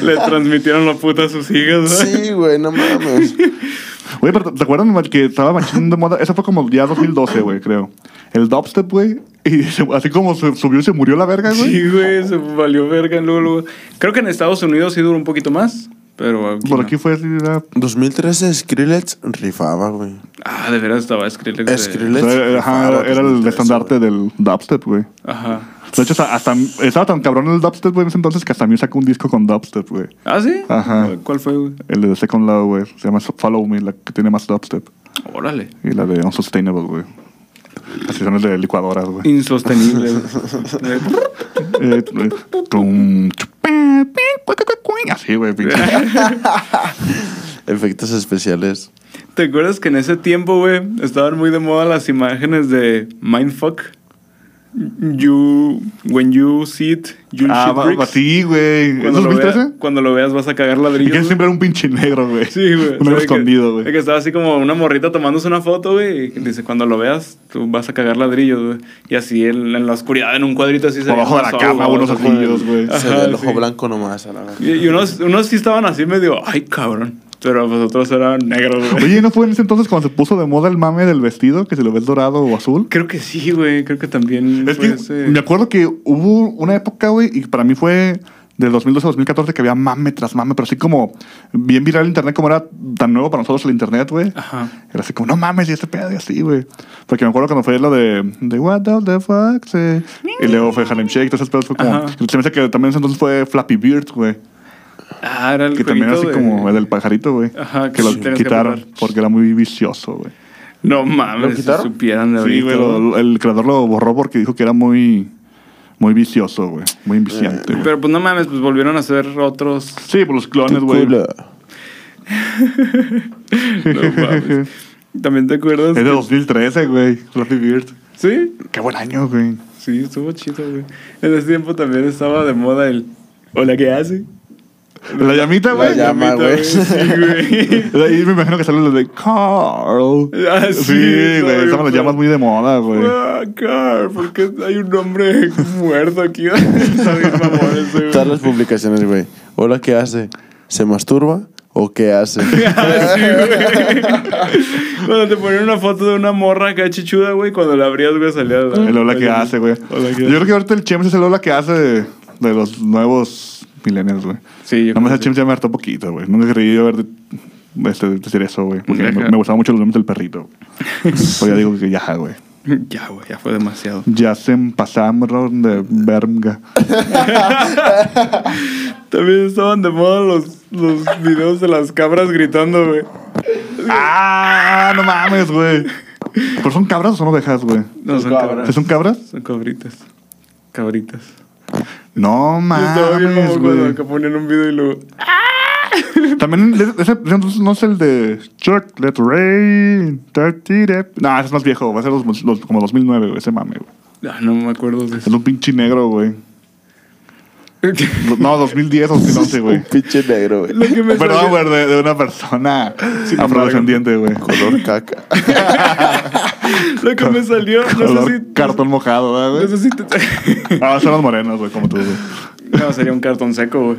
Speaker 2: Le transmitieron la puta a sus hijas, güey.
Speaker 4: Sí, güey, no mames.
Speaker 3: Güey, pero ¿te acuerdas man, que estaba machín de moda? Eso fue como ya 2012, güey, creo. El dubstep, güey. Y se- así como se subió y se murió la verga, güey.
Speaker 2: Sí, güey, se valió verga. Luego, luego. Creo que en Estados Unidos sí duró un poquito más, pero aquí
Speaker 3: Por
Speaker 2: no.
Speaker 3: aquí fue así, era,
Speaker 4: 2013 Skrillex rifaba, güey.
Speaker 2: Ah, de veras estaba Skrillex. de-
Speaker 4: Skrillex.
Speaker 3: Eh, era- ajá,
Speaker 4: rifaba
Speaker 3: era el
Speaker 4: 2013,
Speaker 3: estandarte
Speaker 4: güey.
Speaker 3: del dubstep, güey.
Speaker 2: Ajá.
Speaker 3: De hecho, hasta, hasta- estaba tan cabrón el dubstep, güey, en ese entonces que hasta mí sacó un disco con dubstep, güey.
Speaker 2: ¿Ah, sí?
Speaker 3: Ajá.
Speaker 2: ¿Cuál fue, güey?
Speaker 3: El de The Second Love, güey. Se llama Follow Me, la que tiene más dubstep.
Speaker 2: Órale.
Speaker 3: Y la de Unsustainable, güey. Así son las de licuadoras, güey.
Speaker 2: Insostenible. güey.
Speaker 3: Eh, eh, tum, chupa, pi, cua, cua, cua, cua. Así, güey, pinche.
Speaker 2: Ah,
Speaker 4: Efectos especiales.
Speaker 2: ¿Te acuerdas que en ese tiempo, güey, estaban muy de moda las imágenes de Mindfuck? You, when you see it, you
Speaker 3: Ah,
Speaker 2: shit
Speaker 3: va-
Speaker 2: bricks.
Speaker 3: va- sí, güey. ¿Es
Speaker 2: Cuando lo, vea-
Speaker 3: 2013?
Speaker 2: cuando lo veas vas a cagar
Speaker 3: Y que
Speaker 2: ladrillos. güey.
Speaker 3: siempre era un pinche negro, güey.
Speaker 2: Sí, güey. O
Speaker 3: Un
Speaker 2: sea,
Speaker 3: negro
Speaker 2: de que-
Speaker 3: escondido, güey.
Speaker 2: de que estaba así como una morrita tomándose una foto, güey. Y que dice, cuando lo veas, tú vas a cagar ladrillos, güey. Y así en, en la oscuridad, en un cuadrito así. se
Speaker 3: Por abajo de
Speaker 2: veía
Speaker 3: la
Speaker 2: un sol,
Speaker 3: cama,
Speaker 2: güey,
Speaker 3: unos
Speaker 2: así como-
Speaker 3: ojillos, güey.
Speaker 2: Ah.
Speaker 4: Se
Speaker 2: Ajá,
Speaker 4: ve el ojo
Speaker 2: sí.
Speaker 4: blanco nomás a la verga.
Speaker 2: Y, y unos, unos sí estaban así medio, ay, cabrón. Pero pues otros eran negros, güey.
Speaker 3: Oye, ¿no fue en ese entonces cuando se puso de moda el mame del vestido? Que si lo ves dorado o azul.
Speaker 2: Creo que sí, güey. Creo que también
Speaker 3: Es
Speaker 2: fue
Speaker 3: que
Speaker 2: ese-
Speaker 3: me acuerdo que hubo una época, güey, y para mí fue del 2012 a 2014 que había mame tras mame, pero así como bien viral el internet, como era tan nuevo para nosotros el internet, güey.
Speaker 2: Ajá.
Speaker 3: Era así como, no mames, y este pedo, y así, güey. Porque me acuerdo cuando fue lo de, de What the fuck, sí. Y luego fue Harlem Shake, todas esas pedos fue como.
Speaker 2: Mm. Ajá.
Speaker 3: Se me hace que también ese entonces fue Flappy Bird, güey.
Speaker 2: Ah, era el
Speaker 3: Que también era así
Speaker 2: jueguito de-
Speaker 3: como el del pajarito, güey.
Speaker 2: Ajá,
Speaker 3: que lo
Speaker 2: sí, tenías que
Speaker 3: quitaron
Speaker 2: apretar.
Speaker 3: porque era muy vicioso, güey.
Speaker 2: No mames,
Speaker 4: ¿Lo
Speaker 2: si
Speaker 4: quitaron?
Speaker 2: supieran de
Speaker 3: Sí,
Speaker 2: ahorita,
Speaker 3: güey, lo- lo- el creador lo borró porque dijo que era muy, muy vicioso, güey. Muy inviciante, güey.
Speaker 2: Pero pues no mames, pues volvieron a hacer otros.
Speaker 3: Sí, por los clones,
Speaker 4: Tu
Speaker 3: güey.
Speaker 4: culo.
Speaker 2: No mames. También te acuerdas.
Speaker 3: Es de
Speaker 2: que-
Speaker 3: 2013, güey. Flappy Bird.
Speaker 2: Sí,
Speaker 3: Qué buen año, güey.
Speaker 2: sí, estuvo chido, güey. En ese tiempo también estaba de moda el. Hola, ¿qué hace?
Speaker 3: La llamita,
Speaker 4: La
Speaker 3: Ah, güey.
Speaker 4: llama.
Speaker 2: Mamita,
Speaker 4: güey.
Speaker 2: Sí,
Speaker 3: Ahí me imagino que sale lo de Carl.
Speaker 2: Ah, sí,
Speaker 3: sí,
Speaker 2: no,
Speaker 3: güey. Estaban las
Speaker 2: pero-
Speaker 3: llamas muy de moda, güey.
Speaker 2: güey. ah, car, ¿por qué hay un hombre muerto aquí? Está bien mamón ese, güey.
Speaker 4: Todas las publicaciones, güey. Hola, ¿qué hace? ¿Se masturba o qué hace?
Speaker 2: Ah, sí, güey. Cuando te ponían una foto de una morra acá chichuda, güey, cuando la abrías, güey, salía la-
Speaker 3: El hola
Speaker 2: la
Speaker 3: que
Speaker 2: llama.
Speaker 3: hace, güey.
Speaker 2: Hola, ¿qué
Speaker 3: Yo creo que ahorita el Chems es el hola que hace de, de los nuevos millennials, güey.
Speaker 2: Sí, yo
Speaker 3: Nada más
Speaker 2: creo
Speaker 3: el
Speaker 2: que
Speaker 3: Chems ya me hartó poquito, güey. Nunca creí yo haber de, este, decir eso, güey. Porque
Speaker 2: Deja.
Speaker 3: me, me gustaban mucho los nombres del perrito. Pero ya digo que ya, güey.
Speaker 2: Ya, güey, ya fue demasiado.
Speaker 3: Ya se pasaron de verga.
Speaker 2: También estaban de moda los, los videos de las cabras gritando, güey.
Speaker 3: ¡Ah! No mames, güey. ¿Pero son cabras o son ovejas, güey?
Speaker 2: No, son
Speaker 4: cabras.
Speaker 2: cabras.
Speaker 3: ¿Sí ¿Son cabras?
Speaker 2: Son cabritas. Cabritas.
Speaker 3: No
Speaker 2: Yo estaba bien
Speaker 3: mames,
Speaker 2: mamón cuando
Speaker 3: güey.
Speaker 2: acá ponían un video y luego...
Speaker 3: También ese, ese entonces no es el de Chuck Let Rain. No, ese es más viejo, va a ser los, los- como 2009, güey, ese mame, güey.
Speaker 2: Ah, no me acuerdo de
Speaker 3: Es un pinche negro, güey.
Speaker 2: eso.
Speaker 3: No, 2010, 2011, güey.
Speaker 4: Un pinche negro, güey.
Speaker 2: Lo que me
Speaker 3: Perdón,
Speaker 2: salió-
Speaker 3: güey, de, de una persona afrodescendiente, güey.
Speaker 4: Color caca.
Speaker 2: Lo que me salió, no
Speaker 3: Color
Speaker 2: sé si...
Speaker 3: cartón mojado,
Speaker 2: No
Speaker 3: ¿verdad,
Speaker 2: sé si
Speaker 3: güey?
Speaker 2: te...
Speaker 3: Ah, son los morenos, güey, como tú, güey.
Speaker 2: no, sería un cartón seco, güey.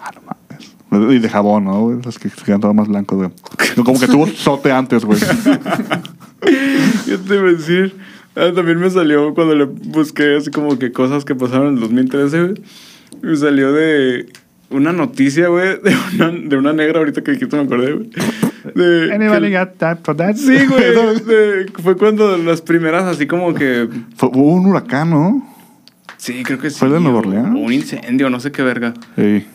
Speaker 3: Ah, no mames. Y de jabón, ¿no, güey? Los que se quedan todos más blancos, güey. No, Como que tuvo sote antes, güey.
Speaker 2: Yo te iba a decir. ah, también me salió cuando le busqué así como que cosas que pasaron en el 2013, güey. Me salió de una noticia, güey, de una, de una negra ahorita que dijiste, me acordé, güey. De,
Speaker 3: Anybody
Speaker 2: que-
Speaker 3: got time for that?
Speaker 2: Sí, güey. de- fue cuando las primeras así como que...
Speaker 3: Fue- Hubo un huracán, ¿no?
Speaker 2: Sí, creo que sí.
Speaker 3: ¿Fue el de Nueva
Speaker 2: o-
Speaker 3: Orleans?
Speaker 2: o Un incendio, no sé qué verga.
Speaker 3: Sí.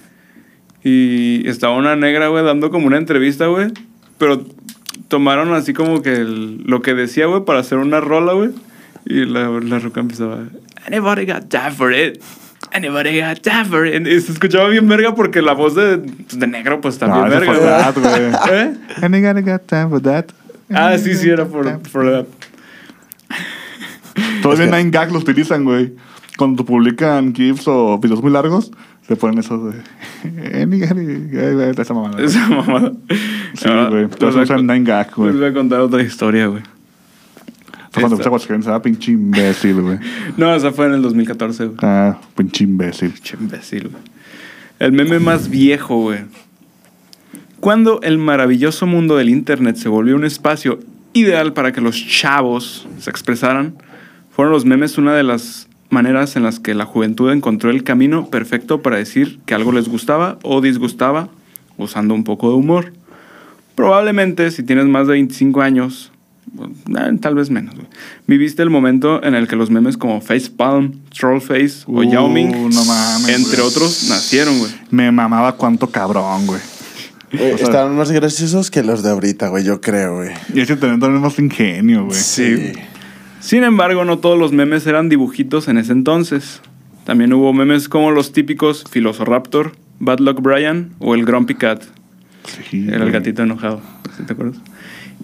Speaker 2: Y estaba una negra, güey, dando como una entrevista, güey. Pero tomaron así como que el- lo que decía, güey, para hacer una rola, güey. Y la, la ruca empezaba, anybody got time for it? Anybody got time for it? Y se escuchaba bien verga porque la voz de, de negro, pues
Speaker 3: No,
Speaker 2: también
Speaker 3: Ah, ese
Speaker 2: verga,
Speaker 3: fue Brad,
Speaker 2: güey.
Speaker 3: güey.
Speaker 2: ¿Eh?
Speaker 3: And I gotta got time for that.
Speaker 2: Ah, sí, sí, era por, por la...
Speaker 3: Todavía Nine Gag lo utilizan, güey. Cuando publican GIFs o videos muy largos, se ponen esos de. "Eh, Any got it. Esa mamada. güey.
Speaker 2: Esa mamada.
Speaker 3: Sí,
Speaker 2: Ahora,
Speaker 3: güey.
Speaker 2: les
Speaker 3: Todos
Speaker 2: voy a
Speaker 3: usan
Speaker 2: con-
Speaker 3: Nine Gag, güey.
Speaker 2: Les voy a contar otra historia, güey.
Speaker 3: Cuando
Speaker 2: Esta-
Speaker 3: usa Guasquén, se pinche imbécil, güey.
Speaker 2: No, esa fue en el 2014, güey.
Speaker 3: Ah, pinche imbécil.
Speaker 2: Pinche imbécil, güey. El meme más viejo, güey. Cuando el maravilloso mundo del internet se volvió un espacio ideal para que los chavos se expresaran, fueron los memes una de las maneras en las que la juventud encontró el camino perfecto para decir que algo les gustaba o disgustaba usando un poco de humor. Probablemente, si tienes más de 25 años, bueno, eh, tal vez menos, güey, viviste el momento en el que los memes como Facepalm, Trollface o
Speaker 3: Uh,
Speaker 2: Yao Ming,
Speaker 3: no mames,
Speaker 2: entre
Speaker 3: güey.
Speaker 2: otros, Eh, nacieron, güey.
Speaker 3: Me mamaba cuánto cabrón, güey.
Speaker 4: Güey,
Speaker 3: O sea-
Speaker 4: Están más graciosos que los de ahorita, güey, yo creo, güey.
Speaker 3: Y ese también es más ingenio, güey.
Speaker 2: Sí. Sin embargo, no todos los memes eran dibujitos en ese entonces. También hubo memes como los típicos Filosoraptor, Bad Luck Brian o el Grumpy Cat.
Speaker 3: Sí,
Speaker 2: Era el
Speaker 3: güey.
Speaker 2: gatito enojado, ¿sí ¿te acuerdas?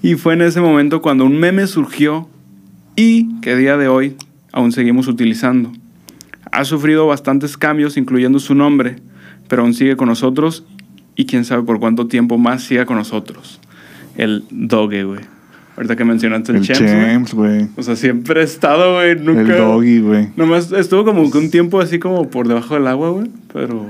Speaker 2: Y fue en ese momento cuando un meme surgió y que a día de hoy aún seguimos utilizando. Ha sufrido bastantes cambios, incluyendo su nombre, pero aún sigue con nosotros y quién sabe por cuánto tiempo más siga con nosotros. El doge, güey. Ahorita que mencionaste el,
Speaker 3: El
Speaker 2: Champs, güey.
Speaker 3: James, güey.
Speaker 2: O sea, siempre he estado, güey. Nunca.
Speaker 3: El doggy, güey.
Speaker 2: Nomás estuvo como que un tiempo así como por debajo del agua, güey. Pero.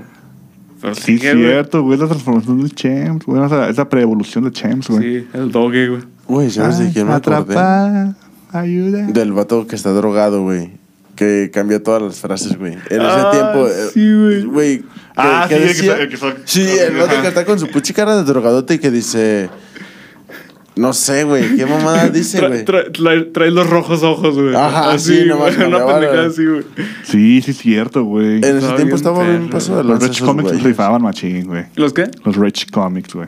Speaker 2: Pero
Speaker 3: Sí,
Speaker 2: sigue, güey.
Speaker 3: cierto, güey. La transformación del James, güey. Esa, esa preevolución del James, güey.
Speaker 2: Sí, el doge, güey.
Speaker 4: Güey, ¿sabes de
Speaker 3: Ay,
Speaker 4: quién me acordé?
Speaker 3: atrapada, ayuda.
Speaker 4: Del vato que está drogado, güey. Que cambió todas las frases, güey. En ese
Speaker 2: Ah,
Speaker 4: tiempo. eh,
Speaker 2: sí, güey.
Speaker 4: güey. que-
Speaker 3: Ah,
Speaker 4: que
Speaker 3: sí, el que
Speaker 4: decía-
Speaker 3: está- el que está-
Speaker 4: Sí, el vato
Speaker 3: Ajá.
Speaker 4: que está con su puchi cara de drogadote y que dice. No sé, güey. ¿Qué mamada dice,
Speaker 2: Tra-
Speaker 4: güey?
Speaker 2: tra- tra- trae los rojos ojos, güey.
Speaker 4: Ajá,
Speaker 2: así,
Speaker 4: sí, nomás
Speaker 2: güey. Una
Speaker 4: cambiaba la-
Speaker 2: pendejada así, güey.
Speaker 3: Sí, sí, cierto, güey.
Speaker 4: En ese
Speaker 2: estaba bien
Speaker 4: tiempo estaba bien
Speaker 2: perro,
Speaker 4: paso de
Speaker 3: Los
Speaker 4: lanza
Speaker 3: Rich
Speaker 4: esos
Speaker 3: Comics los
Speaker 4: güeyes.
Speaker 3: rifaban machín, güey.
Speaker 2: ¿Los qué?
Speaker 3: Los Rich Comics, güey.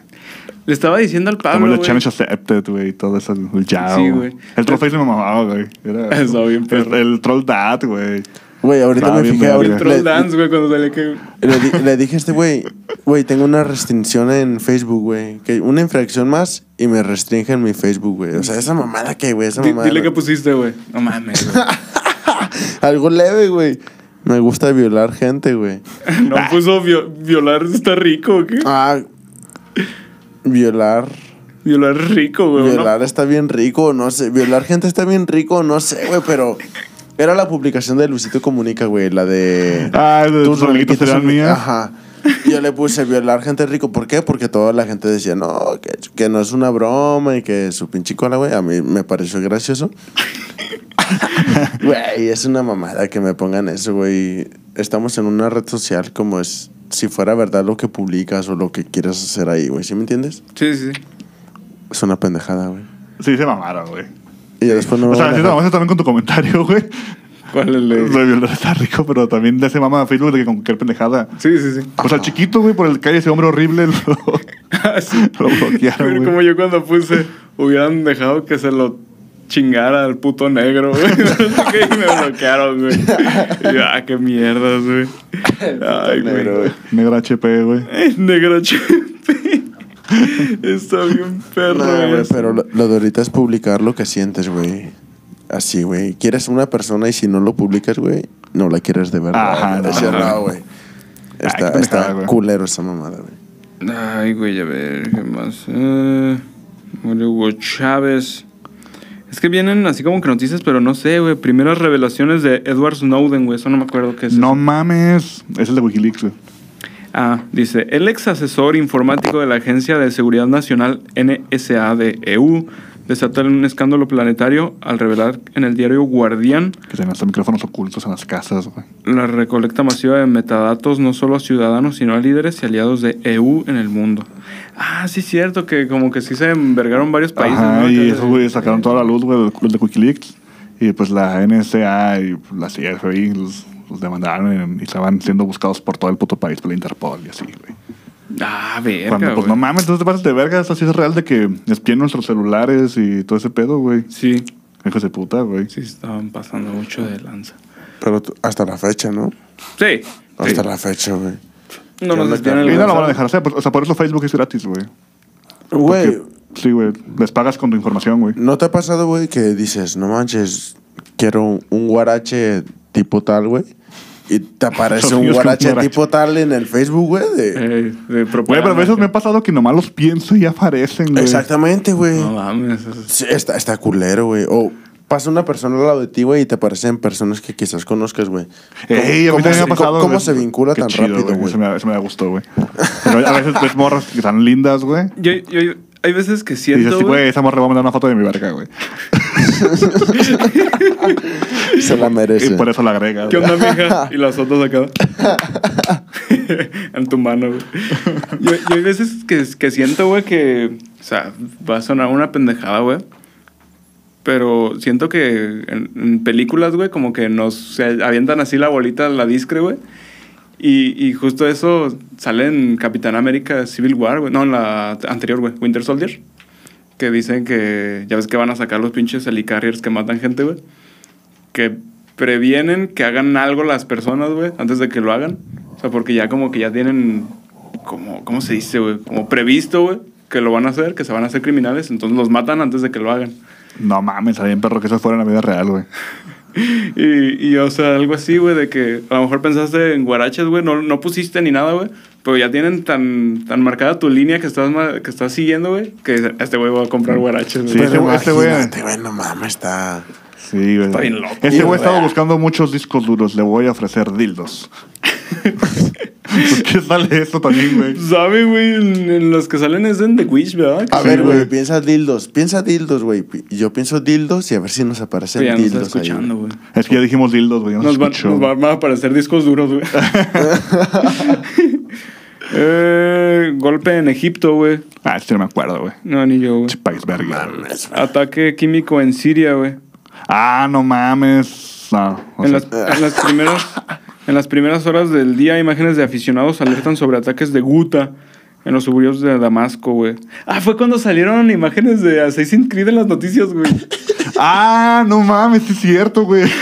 Speaker 2: Le estaba diciendo al
Speaker 3: Como
Speaker 2: Pablo,
Speaker 3: el
Speaker 2: Ah, güey.
Speaker 3: Challenge Accepted, güey. y Todo eso, el Yao.
Speaker 2: Sí, güey.
Speaker 3: El Trollface me mamaba, güey. Era-
Speaker 2: Estaba bien
Speaker 3: El,
Speaker 2: perro.
Speaker 3: el Troll Dad, güey.
Speaker 4: Güey, ahorita
Speaker 3: Estaba
Speaker 4: me
Speaker 3: bien
Speaker 4: fijé.
Speaker 3: verga.
Speaker 4: ahorita
Speaker 2: El troll
Speaker 4: le-
Speaker 2: dance, güey, cuando sale que...
Speaker 4: Le, di- le dije a este güey, güey, tengo una restricción en Facebook, güey. Que una infracción más y me restringen mi Facebook, güey. O sea, esa mamada que, güey, esa
Speaker 2: Di-
Speaker 4: mamada.
Speaker 2: Dile que pusiste, güey. No mames, güey.
Speaker 4: Algo leve, güey. Me gusta violar gente, güey.
Speaker 2: No
Speaker 3: Ah.
Speaker 2: puso vio- violar está rico, ¿o qué?
Speaker 4: Ah, violar.
Speaker 2: Violar rico, güey. ¿no?
Speaker 4: Violar está bien rico, no sé. Violar gente está bien rico, no sé, güey, pero. Era la publicación de Luisito Comunica, güey, la de.
Speaker 3: Ah, de tus
Speaker 4: amiguitos
Speaker 3: amiguitos serán
Speaker 4: son-
Speaker 3: mías.
Speaker 4: Ajá. Yo le puse violar gente rico. ¿Por qué? Porque toda la gente decía, no, que, que no es una broma y que su pinche cola, güey. A mí me pareció gracioso. Güey, es una mamada que me pongan eso, güey. Estamos en una red social como es si fuera verdad lo que publicas o lo que quieres hacer ahí, güey. ¿Sí me entiendes?
Speaker 2: Sí, sí. sí.
Speaker 4: Es una pendejada, güey.
Speaker 3: Sí, se mamaron, güey.
Speaker 4: Y ya después no
Speaker 3: o
Speaker 4: me
Speaker 3: sea,
Speaker 4: van a
Speaker 3: sí, te
Speaker 4: dejar-
Speaker 3: mamaste también con tu comentario, güey.
Speaker 2: ¿Cuál es el
Speaker 3: Lo
Speaker 2: de-
Speaker 3: de violar está rico, pero también le hace mamá a Facebook de que con cualquier pendejada.
Speaker 2: Sí, sí, sí.
Speaker 3: O sea, chiquito, güey, por el calle ese hombre horrible. lo-
Speaker 2: Ah, sí.
Speaker 3: Lo bloquearon,
Speaker 2: Pero
Speaker 3: güey.
Speaker 2: como yo cuando puse, hubieran dejado que se lo chingara al puto negro, güey. No sé qué, y me bloquearon, güey. Y yo, ah, qué mierdas, güey. Ay,
Speaker 4: negro,
Speaker 2: güey.
Speaker 4: güey.
Speaker 3: Negro HP, güey.
Speaker 2: El negro chupe. Está bien perro,
Speaker 4: Nah,
Speaker 2: güey.
Speaker 4: güey, pero lo, lo de ahorita es publicar lo que sientes, güey. Así, güey. Quieres una persona y si no lo publicas, güey, no la quieres de verdad.
Speaker 3: Ajá,
Speaker 4: güey.
Speaker 3: no,
Speaker 4: Sí,
Speaker 3: no, no.
Speaker 4: no, güey. Está,
Speaker 3: qué pendejada,
Speaker 4: está
Speaker 3: güey.
Speaker 4: culero esa mamada, güey.
Speaker 2: Ay, güey, a ver, ¿qué más? Eh, Hugo Chávez. Es que vienen así como que noticias, pero no sé, güey. Primeras revelaciones de Edward Snowden, güey. Eso no me acuerdo qué es.
Speaker 3: No mames. Es el de Wikileaks, güey.
Speaker 2: Ah, dice, el ex asesor informático de la Agencia de Seguridad Nacional NSA de EU E desató un escándalo planetario al revelar en el diario Guardián
Speaker 3: Que tenían hasta micrófonos ocultos en las casas, güey.
Speaker 2: la recolecta masiva de metadatos no solo a ciudadanos, sino a líderes y aliados de EU en el mundo. Ah, sí es cierto que como que sí se envergaron varios países,
Speaker 3: Ajá,
Speaker 2: ¿no?
Speaker 3: y
Speaker 2: Que-
Speaker 3: esos güeyes sacaron toda la luz, güey, del- los de Wikileaks. Y pues la NSA y la CIA, y los, los demandaron y estaban siendo buscados por todo el puto país por la Interpol y así, güey.
Speaker 2: Ah, verga,
Speaker 3: Cuando, pues
Speaker 2: güey.
Speaker 3: no mames, entonces te pasas de verga, eso sí es real de que espían nuestros celulares y todo ese pedo, güey.
Speaker 2: Sí,
Speaker 3: Hijos de puta, güey.
Speaker 2: sí estaban pasando mucho de lanza.
Speaker 4: Pero tú- hasta la fecha, ¿no?
Speaker 2: Sí. sí.
Speaker 4: Hasta la fecha, güey.
Speaker 2: No nos
Speaker 4: ¿Qué onda,
Speaker 2: despidieron
Speaker 3: Y
Speaker 2: el
Speaker 3: no lo van a
Speaker 2: lanza.
Speaker 3: dejar hacer, por- o sea, por eso Facebook es gratis, güey.
Speaker 4: Güey,
Speaker 3: Porque- Sí, güey. Les pagas con tu información, güey.
Speaker 4: ¿no te ha pasado, güey, que dices, no manches, quiero un- un guarache tipo tal, güey? Y te aparece un
Speaker 3: Dios,
Speaker 4: guarache
Speaker 3: un guarache.
Speaker 4: tipo tal en el Facebook, güey. de-
Speaker 2: Eh, de
Speaker 3: Güey, pero a
Speaker 2: propaganda.
Speaker 3: veces me ha pasado que nomás los pienso y aparecen, güey.
Speaker 4: Exactamente, güey.
Speaker 2: No mames. eso es-
Speaker 4: Sí, está, está culero, güey. O pasa una persona al lado de ti, güey, y te aparecen personas que quizás conozcas, güey.
Speaker 3: Ey, a mí también
Speaker 4: ¿Cómo-
Speaker 3: me ha
Speaker 4: cómo se-
Speaker 3: pasado.
Speaker 4: ¿Cómo,
Speaker 3: güey.
Speaker 4: se vincula
Speaker 3: Qué
Speaker 4: tan
Speaker 3: chido,
Speaker 4: rápido, güey?
Speaker 3: Eso me, eso me gustó, güey. Pero a veces ves morras que están lindas, güey.
Speaker 2: Yo, yo, hay veces que
Speaker 3: Y
Speaker 2: siento,
Speaker 3: dices,
Speaker 2: güey,
Speaker 3: güey, esa morra va a mandar una foto de mi verga, güey.
Speaker 4: Se la
Speaker 3: Y
Speaker 4: merece.
Speaker 3: por eso la agrega.
Speaker 2: ¿Qué
Speaker 3: güey.
Speaker 2: onda, mija? Y las otras acá. en tu mano, güey. Yo, yo hay veces que, que siento, güey, que. O sea, va a sonar una pendejada, güey. Pero siento que en, en películas, güey, como que nos se avientan así la bolita, la discre, güey. Y, y justo eso sale en Capitán América Civil War, güey. No, en la anterior, güey. Winter Soldier. Que dicen que ya ves que van a sacar los pinches helicarriers que matan gente, güey. Que previenen que hagan algo las personas, güey, antes de que lo hagan. O sea, porque ya como que ya tienen, como, ¿cómo se dice, güey? Como previsto, güey, que lo van a hacer, que se van a hacer criminales. Entonces los matan antes de que lo hagan.
Speaker 3: No mames, está bien perro que eso fuera en la vida real, güey.
Speaker 2: Y, y, o sea, algo así, güey, de que a lo mejor pensaste en guaraches, güey, no, no pusiste ni nada, güey. Pero ya tienen tan, tan marcada tu línea que estás, ma- que estás siguiendo, güey, que este güey va a comprar guaraches, güey.
Speaker 3: Sí, ese güey- ese güey-
Speaker 4: imagínate, güey, no mames, está...
Speaker 3: Sí, güey.
Speaker 2: Está bien loco,
Speaker 3: Ese
Speaker 4: güey.
Speaker 3: güey estaba buscando muchos discos duros. Le voy a ofrecer dildos. ¿Por qué sale eso también, güey?
Speaker 2: ¿Sabe, güey? En, en los que salen es en The Witch, ¿verdad? Que
Speaker 4: A
Speaker 2: sí,
Speaker 4: ver, güey,
Speaker 3: güey.
Speaker 4: piensa dildos. Piensa dildos, güey. Pi- Yo pienso dildos y a ver si nos aparecen
Speaker 2: que ya nos está
Speaker 4: dildos
Speaker 2: escuchando,
Speaker 4: ahí.
Speaker 2: güey.
Speaker 3: Es que ya dijimos dildos, güey. ya
Speaker 2: Nos, van-
Speaker 3: escuchó.
Speaker 2: nos van a aparecer discos duros, güey. Eh, golpe en Egipto, güey.
Speaker 3: Ah, este no me acuerdo, güey.
Speaker 2: No, ni yo, güey.
Speaker 3: Che, país verga.
Speaker 2: Ataque químico en Siria, güey.
Speaker 3: Ah, no mames. No, o
Speaker 2: En
Speaker 3: sea,
Speaker 2: las, en las primeras, en las primeras horas del día, imágenes de aficionados alertan sobre ataques de Guta en los suburbios de Damasco, güey. Ah, fue cuando salieron imágenes de Assassin's Creed en las noticias, güey.
Speaker 3: Ah, no mames, sí es cierto, güey.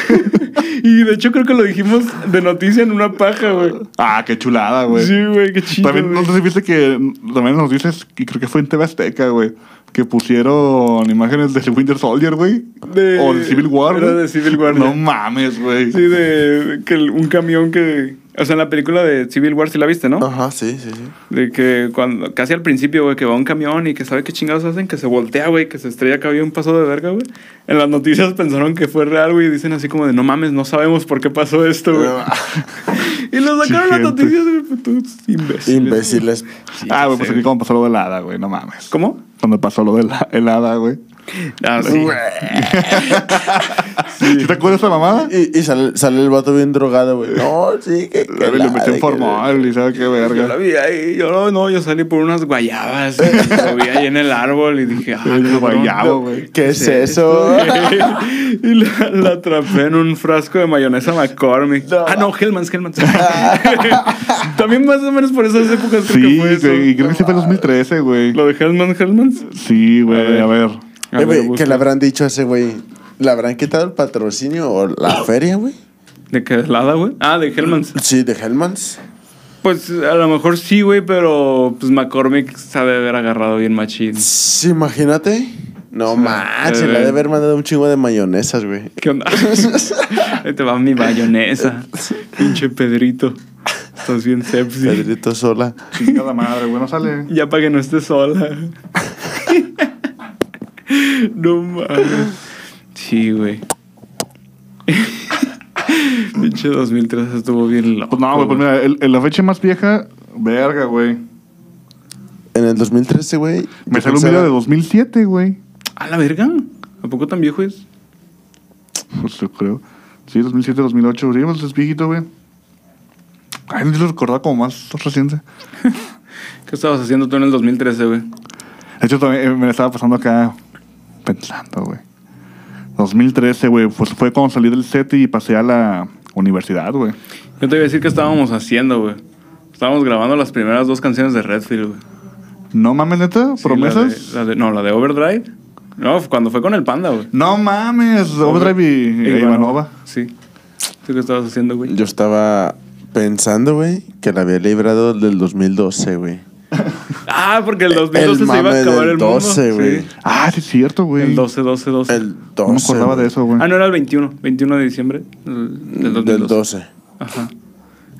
Speaker 2: Y de hecho creo que lo dijimos de noticia en una paja, güey.
Speaker 3: ah, qué chulada, güey.
Speaker 2: Sí, güey, qué chido.
Speaker 3: También, no
Speaker 2: güey.
Speaker 3: sé si viste que también nos dices, y creo que fue en TV Azteca, güey, que pusieron imágenes de Winter Soldier, güey.
Speaker 2: De-
Speaker 3: o de Civil War,
Speaker 2: era
Speaker 3: güey.
Speaker 2: de Civil War,
Speaker 3: No
Speaker 2: güey.
Speaker 3: mames, güey.
Speaker 2: Sí, de que el- un camión que... O sea, en la película de Civil War sí la viste, ¿no?
Speaker 4: Ajá, sí, sí, sí.
Speaker 2: De que cuando, casi al principio, güey, que va un camión y que sabe qué chingados hacen, que se voltea, güey, que se estrella acá había un paso de verga, güey. En las noticias pensaron que fue real, güey, y dicen así como de, no mames, no sabemos por qué pasó esto, güey. y lo sacaron las
Speaker 3: gente.
Speaker 2: noticias, güey, pues, todos imbéciles.
Speaker 4: Imbéciles.
Speaker 3: ah, güey, pues
Speaker 2: sí.
Speaker 3: aquí cuando pasó lo del hada, güey, no mames.
Speaker 2: ¿Cómo?
Speaker 3: Cuando pasó lo del ha- el hada, güey.
Speaker 2: Ah, sí.
Speaker 3: ¿Sí te acuerdas de esa mamada?
Speaker 4: Y, y sale, sale el vato bien drogado, güey. No, sí, que... que
Speaker 3: Y le
Speaker 4: la-
Speaker 3: metió
Speaker 4: que-
Speaker 3: en ¿eh? formal y sabe qué
Speaker 2: Yo la
Speaker 3: verga.
Speaker 2: vi ahí, yo no, no, yo salí por unas guayabas, y lo vi ahí en el árbol y dije, ah, cabrón,
Speaker 3: guayabo, güey.
Speaker 4: ¿Qué es eso?
Speaker 2: y la, la atrapé en un frasco de mayonesa McCormick.
Speaker 4: No.
Speaker 2: Ah, no, Hellman's, Hellman's. También más o menos por esas épocas creo
Speaker 3: Sí,
Speaker 2: que fue eso.
Speaker 3: güey, y creo que sí fue en 2013, güey.
Speaker 2: ¿Lo de Ah, Hellman's, Hellman's?
Speaker 3: Sí, güey, a ver.
Speaker 2: A
Speaker 4: Eh,
Speaker 2: ver,
Speaker 4: güey,
Speaker 2: busca.
Speaker 4: ¿Qué le habrán dicho a ese güey? ¿Le habrán quitado el patrocinio o la feria, güey?
Speaker 2: ¿De qué helada, güey? Ah, de Hellman's.
Speaker 4: Sí, de Hellmans.
Speaker 2: Pues a lo mejor sí, güey, pero pues McCormick sabe haber agarrado bien machín.
Speaker 4: Sí, imagínate. No manches,
Speaker 2: eh,
Speaker 4: le ha de haber mandado un chingo de mayonesas, güey.
Speaker 2: ¿Qué onda? Ahí te va mi bayonesa. Pinche Pedrito. Estás bien sepsi.
Speaker 4: Pedrito sola.
Speaker 3: Chingada madre, güey, no sale.
Speaker 2: Ya para que no estés sola. no mames. Sí, güey. Pinche 2003 estuvo bien loco.
Speaker 3: Pues no, güey, pues mira, el- en la fecha más vieja, verga, güey.
Speaker 4: En el 2013, güey.
Speaker 3: Me
Speaker 4: yo
Speaker 3: salió un
Speaker 4: pensaba-
Speaker 3: video de 2007, güey.
Speaker 2: ¿A la verga? ¿A poco tan viejo es?
Speaker 3: Pues yo creo. Sí, 2007, 2008. Sí, pues es viejito, güey. Ay, no lo recordaba como más reciente.
Speaker 2: ¿Qué estabas haciendo tú en el 2013, güey?
Speaker 3: De hecho, también eh, me la estaba pasando acá E pensando, güey. 2013, güey, pues fue cuando salí del set y pasé a la universidad, güey.
Speaker 2: Yo te iba a decir que estábamos haciendo, güey. Estábamos grabando las primeras dos canciones de Redfield, güey.
Speaker 3: No mames, neta,
Speaker 2: Sí,
Speaker 3: promesas.
Speaker 2: la de- la de- no, la de Overdrive. No, f- cuando fue con el Panda, güey.
Speaker 3: No mames, Overdrive y, e Ivanova.
Speaker 2: Sí. ¿Tú qué estabas haciendo, güey?
Speaker 4: Yo estaba pensando, güey, que la había librado del 2012, güey.
Speaker 2: Ah, porque el 2012 se iba a
Speaker 4: mame
Speaker 2: acabar
Speaker 4: del
Speaker 2: el mundo.
Speaker 4: 12, güey.
Speaker 2: Sí.
Speaker 3: Ah, sí, es cierto, güey.
Speaker 2: El 12, 12, 12.
Speaker 4: El 12.
Speaker 3: No me acordaba
Speaker 4: güey.
Speaker 3: de eso, güey.
Speaker 2: Ah, no, era el 21. 21 de diciembre del del 2012.
Speaker 4: Del 12.
Speaker 2: Ajá.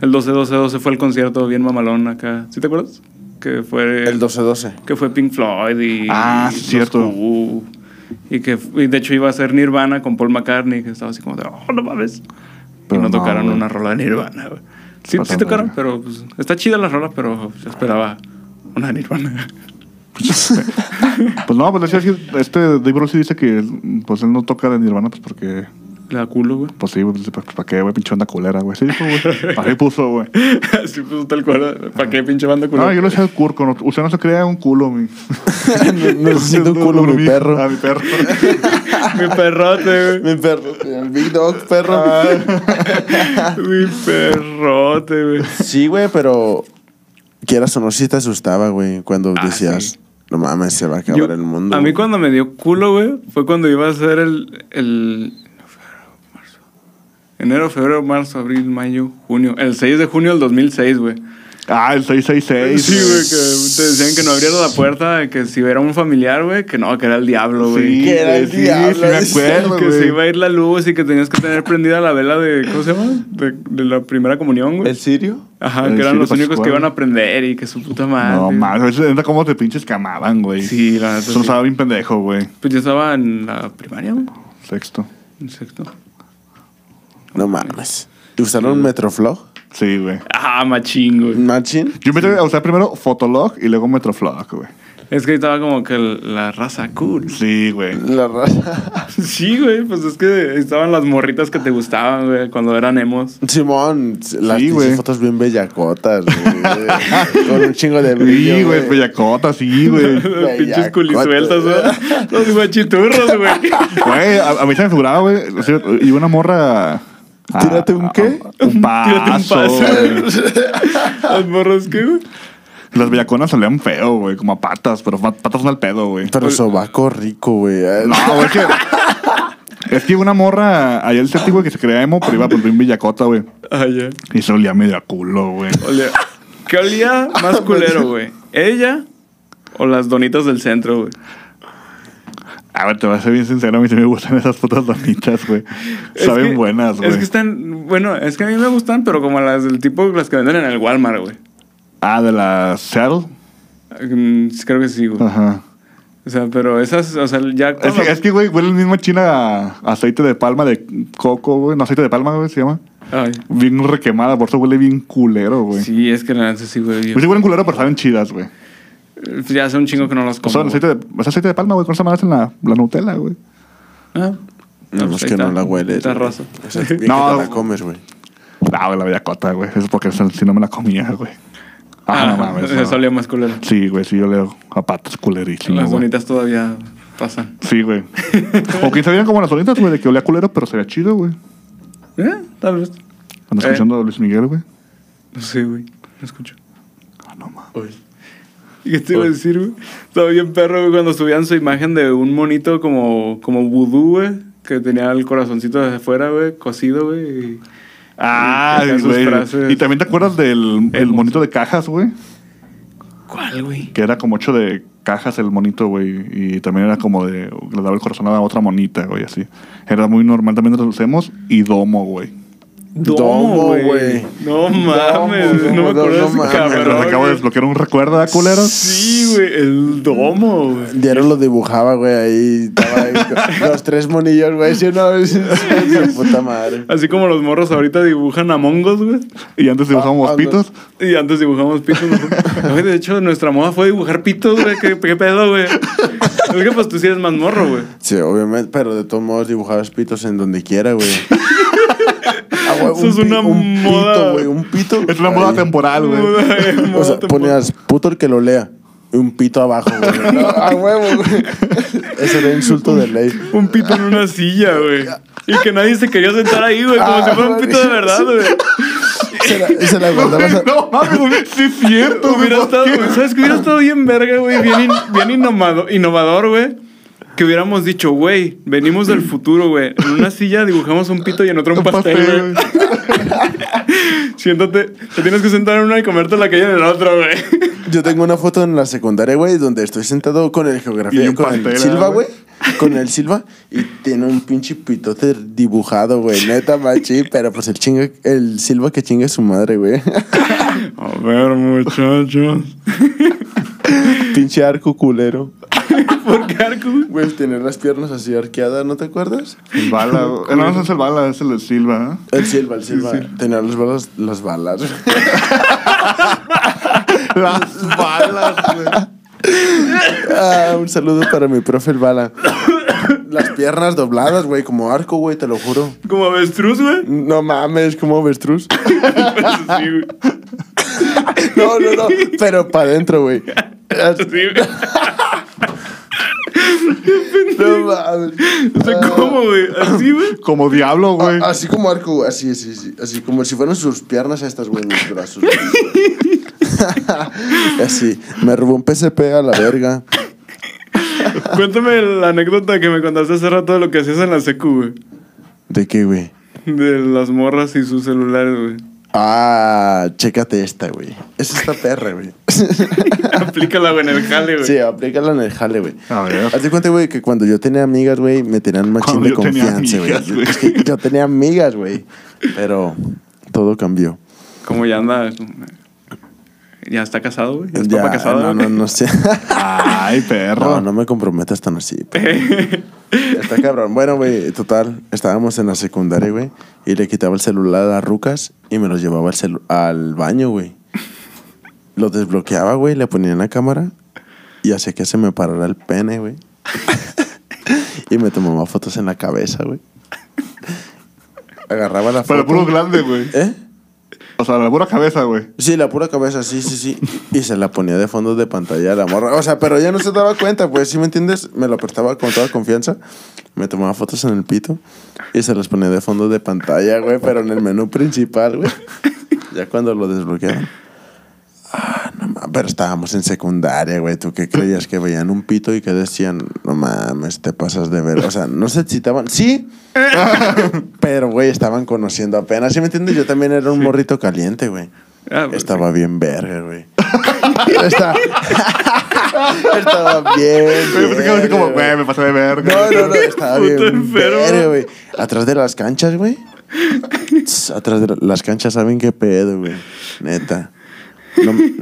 Speaker 2: El 12, 12, 12 fue el concierto bien mamalón acá. ¿Sí te acuerdas? Que fue...
Speaker 3: Eh.
Speaker 4: El 12-12.
Speaker 2: Que fue Pink Floyd y...
Speaker 3: Ah,
Speaker 2: y
Speaker 3: sí,
Speaker 2: los
Speaker 3: cierto.
Speaker 2: Who. y que y de hecho iba a ser Nirvana con Paul McCartney, que estaba así como de, oh, no mames.
Speaker 3: Pero
Speaker 2: y no,
Speaker 3: no,
Speaker 2: tocaron
Speaker 3: güey.
Speaker 2: una rola de Nirvana, güey. Sí, sí
Speaker 3: Pasando
Speaker 2: tocaron,
Speaker 3: de-
Speaker 2: pero pues, está chida la rola, pero yo esperaba una de Nirvana.
Speaker 3: Pues no, pues decía que este Dave Rossi dice que pues él no toca de Nirvana, pues porque.
Speaker 2: La culo, güey.
Speaker 3: Pues sí, pues, ¿para qué, güey? Pinche onda culera, güey. Sí, dijo, güey. Así puso, güey.
Speaker 2: Así puso pues, tal cual. ¿Para qué pinche banda culo?
Speaker 3: No, yo lo decía al curco. No, usted no se crea un culo, mi.
Speaker 4: No- Necesito un Pues culo, mi
Speaker 3: A
Speaker 4: perro.
Speaker 3: mi perro.
Speaker 2: Mi perrote, güey.
Speaker 4: Mi perro. El Big Dog, perro.
Speaker 3: Ah.
Speaker 2: Mi perrote, güey.
Speaker 4: Sí, güey, pero quieras o no, sí te asustaba, güey, cuando
Speaker 2: Ah,
Speaker 4: decías,
Speaker 2: sí.
Speaker 4: no mames, se va a acabar
Speaker 2: Yo-
Speaker 4: el mundo.
Speaker 2: A mí
Speaker 4: güey".
Speaker 2: cuando me dio culo, güey, fue cuando iba a ser el... el marzo. Enero, febrero, marzo, abril, mayo, junio. El 6 de junio del 2006, güey.
Speaker 3: Ah, el 666.
Speaker 2: Sí, güey, que te decían que no abrieras la puerta, que si era un familiar, güey, que no, que era el diablo, güey.
Speaker 3: Sí,
Speaker 4: Que era el
Speaker 3: güey, sí,
Speaker 4: diablo,
Speaker 3: sí, me
Speaker 4: dice.
Speaker 3: acuerdo,
Speaker 2: que
Speaker 3: güey.
Speaker 2: se iba a ir la luz y que tenías que tener prendida la vela de... ¿Cómo se llama? De, de la primera comunión, güey.
Speaker 4: ¿El sirio?
Speaker 2: Ajá,
Speaker 3: el
Speaker 2: que eran
Speaker 3: Ciro
Speaker 2: los únicos que
Speaker 3: Pascual.
Speaker 2: iban a aprender y que su puta madre.
Speaker 3: No, mames, neta como te pinches camaban, güey.
Speaker 2: Sí, la neta
Speaker 3: Eso
Speaker 2: sí.
Speaker 3: estaba bien pendejo, güey.
Speaker 2: Pues yo estaba en la primaria, güey.
Speaker 3: Sexto.
Speaker 2: En sexto.
Speaker 4: No mames. ¿Y usaron Metroflog?
Speaker 3: Sí, güey.
Speaker 2: Ah, machín, güey.
Speaker 4: ¿Machin?
Speaker 3: Yo empecé a usar primero Fotolog y luego Metroflog, güey.
Speaker 2: Es que estaba como que el- la raza cool.
Speaker 3: Sí, güey.
Speaker 4: La raza.
Speaker 2: Sí, güey, pues es que estaban las morritas que te gustaban, güey, cuando eran emos.
Speaker 4: Simón, las
Speaker 3: Sí,
Speaker 4: pinches
Speaker 3: güey.
Speaker 4: fotos bien bellacotas, güey. Con un chingo de brillo.
Speaker 3: Sí, güey, pues bellacota, sí, güey.
Speaker 2: Los pinches
Speaker 4: Bellacote.
Speaker 2: culisueltas, güey. Los guachiturros, güey.
Speaker 3: Güey, a, a mí se me figuraba, güey. o sea, Y una morra. a-
Speaker 4: Tírate un
Speaker 3: a-
Speaker 4: qué?
Speaker 3: a- un
Speaker 2: Tírate un
Speaker 3: paso.
Speaker 2: paso.
Speaker 3: güey.
Speaker 2: Las morras, ¿qué, güey?
Speaker 3: Las bellaconas salían feo, güey. Como a patas, pero fa- patas no al pedo, güey.
Speaker 4: Pero sobaco rico, güey.
Speaker 3: No, güey, es que. Es que una morra, allá el séptimo que se creía emo, pero iba por bien bellacota, güey.
Speaker 2: Ah, ya.
Speaker 3: Y se olía medio a culo, güey.
Speaker 2: Olía. ¿Qué olía más culero, güey? ¿Ella o las donitas del centro, güey?
Speaker 3: A ver, te voy a ser bien sincero, a mí sí me gustan esas putas donitas, güey.
Speaker 2: Es
Speaker 3: Saben
Speaker 2: que-
Speaker 3: buenas, güey.
Speaker 2: Es que están. Bueno, es que a mí me gustan, pero como las del tipo, las que venden en el Walmart, güey.
Speaker 3: Ah, de la Seattle.
Speaker 2: Mm, sí, Creo que sí, güey.
Speaker 3: Ajá.
Speaker 2: O sea, pero esas, o sea, ya.
Speaker 3: Ah. Es
Speaker 2: cuando-
Speaker 3: que, es que, güey, huele el mismo en China a aceite de palma de coco, güey. No, aceite de palma, güey, se llama.
Speaker 2: Ay,
Speaker 3: Bien requemada, por eso huele bien culero, güey. Sí.
Speaker 2: sí, es que la neta sí, güey. yo-
Speaker 3: Pues sí huelen culero, pero saben chidas, güey.
Speaker 2: Ya hace un chingo que no las
Speaker 3: O
Speaker 2: como.
Speaker 3: sea, aceite de, es aceite de palma, güey, con esa madre en la, la Nutella, güey.
Speaker 2: Ah.
Speaker 4: No,
Speaker 2: pues
Speaker 4: es
Speaker 2: ahí
Speaker 4: que
Speaker 2: está.
Speaker 4: no la hueles.
Speaker 2: Está
Speaker 4: güey.
Speaker 2: raza.
Speaker 4: O sea, bien
Speaker 3: No.
Speaker 4: que te la comes, güey.
Speaker 3: No, Ah, güey, la bellacota, güey. Eso es porque esa- si no me la comía, güey. Ah, no mames.
Speaker 2: Eso
Speaker 3: no.
Speaker 2: olía más culero.
Speaker 3: Sí, güey, sí, yo leo a patas culerísimo,
Speaker 2: Las
Speaker 3: güey.
Speaker 2: bonitas todavía pasan.
Speaker 3: Sí, güey. o quién sabían como las bonitas, güey, de que olía culero, pero sería chido, güey.
Speaker 2: ¿Eh? Tal vez.
Speaker 3: Andas
Speaker 2: Eh.
Speaker 3: escuchando a Luis Miguel, güey.
Speaker 2: No sé, güey. No escucho.
Speaker 3: Ah, no mames.
Speaker 2: ¿Y qué te iba a decir, güey? Estaba bien perro, güey, cuando subían su imagen de un monito como, como vudú, güey, que tenía el corazoncito desde afuera, güey, cosido, güey. y-
Speaker 3: Ah,
Speaker 2: Y saca sus frases.
Speaker 3: güey. Y también te acuerdas del el
Speaker 2: Hermoso.
Speaker 3: monito de cajas, güey.
Speaker 2: ¿Cuál, güey?
Speaker 3: Que era como hecho de cajas el monito, güey. Y también era como de. Le daba el corazón a la otra monita, güey, así. Era muy normal también de los hacemos y domo, güey.
Speaker 4: Domo, güey.
Speaker 2: No mames,
Speaker 4: Domo,
Speaker 2: no me acuerdo de
Speaker 4: domo,
Speaker 2: ese
Speaker 4: mames.
Speaker 2: cabrón.
Speaker 3: Entonces acabo de
Speaker 2: güey.
Speaker 3: desbloquear un recuerdo, ¿eh, culero?
Speaker 2: Sí, güey, el domo, güey.
Speaker 4: Diario lo dibujaba, güey, ahí. Estaba ahí con los tres monillos, güey. Si no, es su puta madre.
Speaker 2: Así como los morros ahorita dibujan a mongos, güey.
Speaker 3: Y antes dibujábamos
Speaker 4: Ah, ah,
Speaker 3: pitos.
Speaker 2: Y antes dibujamos pitos. ¿no? Güey, de hecho, nuestra moda fue dibujar pitos, güey. ¿Qué, qué pedo, güey? Es que pues tú sí eres más morro, güey.
Speaker 4: Sí, obviamente, pero de todos modos dibujabas pitos en donde quiera, güey. Ah, güey,
Speaker 2: Eso es
Speaker 4: pi-
Speaker 2: una moda.
Speaker 4: pito, güey, un pito.
Speaker 3: Es una moda
Speaker 4: Ahí.
Speaker 3: temporal, güey.
Speaker 4: O sea, ponías puto el que lo lea y un pito abajo, güey. No, a huevo, güey. Ese era insulto de ley.
Speaker 2: Un pito en una silla, güey. Y que nadie se quería sentar ahí, güey. Como
Speaker 4: Ah,
Speaker 2: si fuera un pito de verdad, güey.
Speaker 4: Se la, se la guardabas a-
Speaker 3: No mames, güey, sí es cierto, güey.
Speaker 2: Hubiera
Speaker 3: ¿por
Speaker 2: estado,
Speaker 3: qué?
Speaker 2: güey, ¿sabes qué? Hubiera estado bien verga, güey. Bien, in- bien innomado- innovador, güey. Que hubiéramos dicho, güey, venimos del futuro, güey. En una silla dibujamos un pito y en otra un
Speaker 3: Un
Speaker 2: pastel,
Speaker 3: pastel,
Speaker 2: güey. Siéntate, te tienes que sentar en una y comerte la que hay en la otra, güey.
Speaker 4: Yo tengo una foto en la secundaria, güey, donde estoy sentado con el
Speaker 3: Y
Speaker 4: geografía,
Speaker 3: un
Speaker 4: con el
Speaker 3: pastel,
Speaker 4: Silva,
Speaker 3: ¿eh,
Speaker 4: güey.
Speaker 3: güey?
Speaker 4: Con el Silva y tiene un pinche pitote dibujado, güey. Neta, machi. Pero pues el chinga, el Silva que chingue su madre, güey.
Speaker 2: A ver, muchachos.
Speaker 4: pinche arco culero.
Speaker 2: ¿Por qué arco, güey?
Speaker 4: Güey, tener las piernas así arqueadas, ¿no te acuerdas?
Speaker 3: El bala, güey. Eh, No, no es el bala, es el de Silva. ¿eh?
Speaker 4: El Silva, el Silva. Tener las balas, las balas.
Speaker 3: Las balas, güey.
Speaker 4: Ah, un saludo para mi profe el bala. Las piernas dobladas, güey, como arco, güey, te lo juro.
Speaker 2: Como avestruz, güey.
Speaker 4: No mames, como avestruz.
Speaker 2: Sí, güey.
Speaker 4: No, no, no. Pero para adentro, güey.
Speaker 2: Sí, güey.
Speaker 4: No mames.
Speaker 2: O sea, ¿cómo, güey? Así, güey.
Speaker 3: Como diablo, güey.
Speaker 4: Ah, Así como arco, güey, así, así, así, así como si fueran sus piernas estas, güey, mis brazos. güey. así, me robó un PCP a la verga.
Speaker 2: Cuéntame la anécdota que me contaste hace rato de lo que hacías en la secu, güey.
Speaker 4: ¿De qué, güey?
Speaker 2: De las morras y sus celulares, güey.
Speaker 4: Ah, chécate esta, güey. Es esta perra, güey.
Speaker 2: Aplícala, güey, en el jale, güey.
Speaker 4: Sí, aplícala en el jale, güey.
Speaker 3: A ver.
Speaker 4: Hazte cuenta, güey, que cuando yo tenía amigas, güey, me tenían machín
Speaker 3: Cuando
Speaker 4: de
Speaker 3: yo tenía
Speaker 4: confianza, güey.
Speaker 3: amigas, güey.
Speaker 4: Es que yo tenía amigas, güey. Pero todo cambió.
Speaker 2: Como ya anda. Ya está casado, güey. Ya es papá casado,
Speaker 4: no, no,
Speaker 2: güey.
Speaker 4: no sé.
Speaker 3: Ay, perro.
Speaker 4: No, no me comprometas tan así. Está cabrón. Bueno, güey, total, estábamos en la secundaria, güey, y le quitaba el celular a Rucas y me lo llevaba al, celu- al baño, güey. Lo desbloqueaba, güey, le ponía en la cámara y hacía que se me parara el pene, güey. y me tomaba fotos en la cabeza, güey. Agarraba la
Speaker 3: Pero
Speaker 4: foto.
Speaker 3: puro grande, güey.
Speaker 4: ¿Eh?
Speaker 3: O sea, la pura cabeza, güey.
Speaker 4: Sí, la pura cabeza, sí, sí, sí. Y se la ponía de fondo de pantalla a la morra. O sea, pero ya no se daba cuenta, pues, ¿sí me entiendes? Me lo apretaba con toda confianza. Me tomaba fotos en el pito y se las ponía de fondo de pantalla, güey, pero en el menú principal, güey. Ya cuando lo desbloquearon. Ah, no mames. Pero estábamos en secundaria, güey. ¿Tú qué creías? Que veían un pito y que decían, no mames, te pasas de ver. O sea, no se excitaban. Sí, pero, güey, estaban conociendo apenas. ¿Sí me entiendes? Yo también era un morrito caliente, güey.
Speaker 2: Ah, pues,
Speaker 4: Estaba bien verga, güey. Está- Estaba bien.
Speaker 3: Yo pensé que iba a decir pues, como,
Speaker 4: verga,
Speaker 3: güey, me pasé de verga.
Speaker 4: No, no, no, estaba
Speaker 2: Puto
Speaker 4: bien.
Speaker 2: enfermo.
Speaker 4: verga, güey. Atrás de las canchas, güey. Tss, Atrás de la- las canchas saben qué pedo, güey. Neta. No m-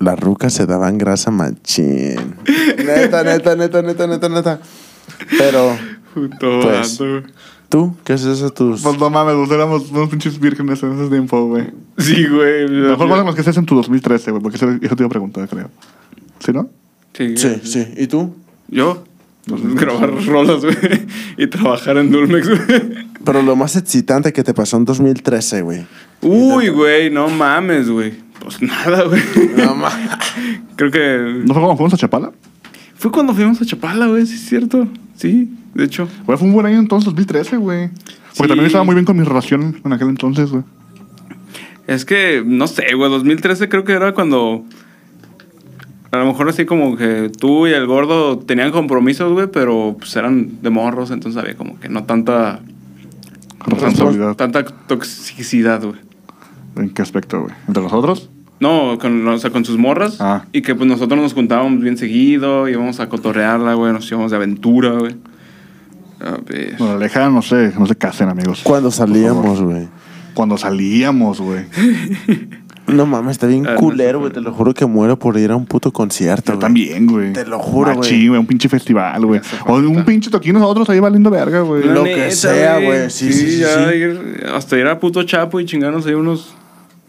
Speaker 4: las rucas se daban grasa machín. Neta, neta, neta, neta, neta, neta. Pero,
Speaker 2: Puto
Speaker 4: Pues.
Speaker 2: vato, güey.
Speaker 4: ¿tú qué haces a tus...?
Speaker 3: Pues no mames, nosotros éramos unos pinches vírgenes en ese tiempo, güey.
Speaker 2: Sí, güey.
Speaker 3: Mejor con los que seas en tu 2013, güey, porque eso, eso te iba a preguntar, creo. ¿Sí, no?
Speaker 2: Sí,
Speaker 4: Sí, sí. ¿Y tú?
Speaker 2: Yo. Pues, grabar rolas, güey. Y trabajar en Dulmex, güey.
Speaker 4: Pero lo más excitante que te pasó en 2013, güey.
Speaker 2: Uy, güey, no mames, güey. Pues nada, güey.
Speaker 4: No mames.
Speaker 2: Creo que.
Speaker 3: ¿No fue cuando fuimos a Chapala?
Speaker 2: Fue cuando fuimos a Chapala, güey, sí es cierto. Sí, de hecho.
Speaker 3: Güey, fue un buen año entonces, 2013, güey.
Speaker 2: Sí.
Speaker 3: Porque también estaba muy bien con mi relación en aquel entonces, güey.
Speaker 2: Es que, no sé, güey, 2013 creo que era cuando... A lo mejor así como que tú y el gordo tenían compromisos, güey, pero pues eran de morros, entonces había como que no tanta...
Speaker 3: Responsabilidad.
Speaker 2: Tanta toxicidad, güey.
Speaker 3: ¿En qué aspecto, güey? ¿Entre nosotros?
Speaker 2: No, con, o sea, con sus morras.
Speaker 3: Ah.
Speaker 2: Y que pues nosotros nos juntábamos bien seguido, íbamos a cotorrearla, güey, nos íbamos de aventura, güey. A ver.
Speaker 3: Bueno, Aleja, no sé, no se casen, amigos.
Speaker 4: Cuando
Speaker 3: Por
Speaker 4: salíamos,
Speaker 3: favor.
Speaker 4: güey.
Speaker 3: Cuando salíamos, güey.
Speaker 4: No mames, está bien
Speaker 2: Ah, no,
Speaker 4: culero,
Speaker 2: sí,
Speaker 4: güey. Te lo juro que muero por ir a un puto concierto.
Speaker 3: Yo
Speaker 4: güey.
Speaker 3: también, güey.
Speaker 4: Te lo juro, güey.
Speaker 3: Machín, güey, un pinche festival, güey. O un pinche toquín nosotros ahí valiendo verga, güey.
Speaker 4: Lo que sea, güey. Sí, sí, sí,
Speaker 2: ya
Speaker 4: sí.
Speaker 2: ir- hasta ir a puto Chapo y chingarnos ahí unos,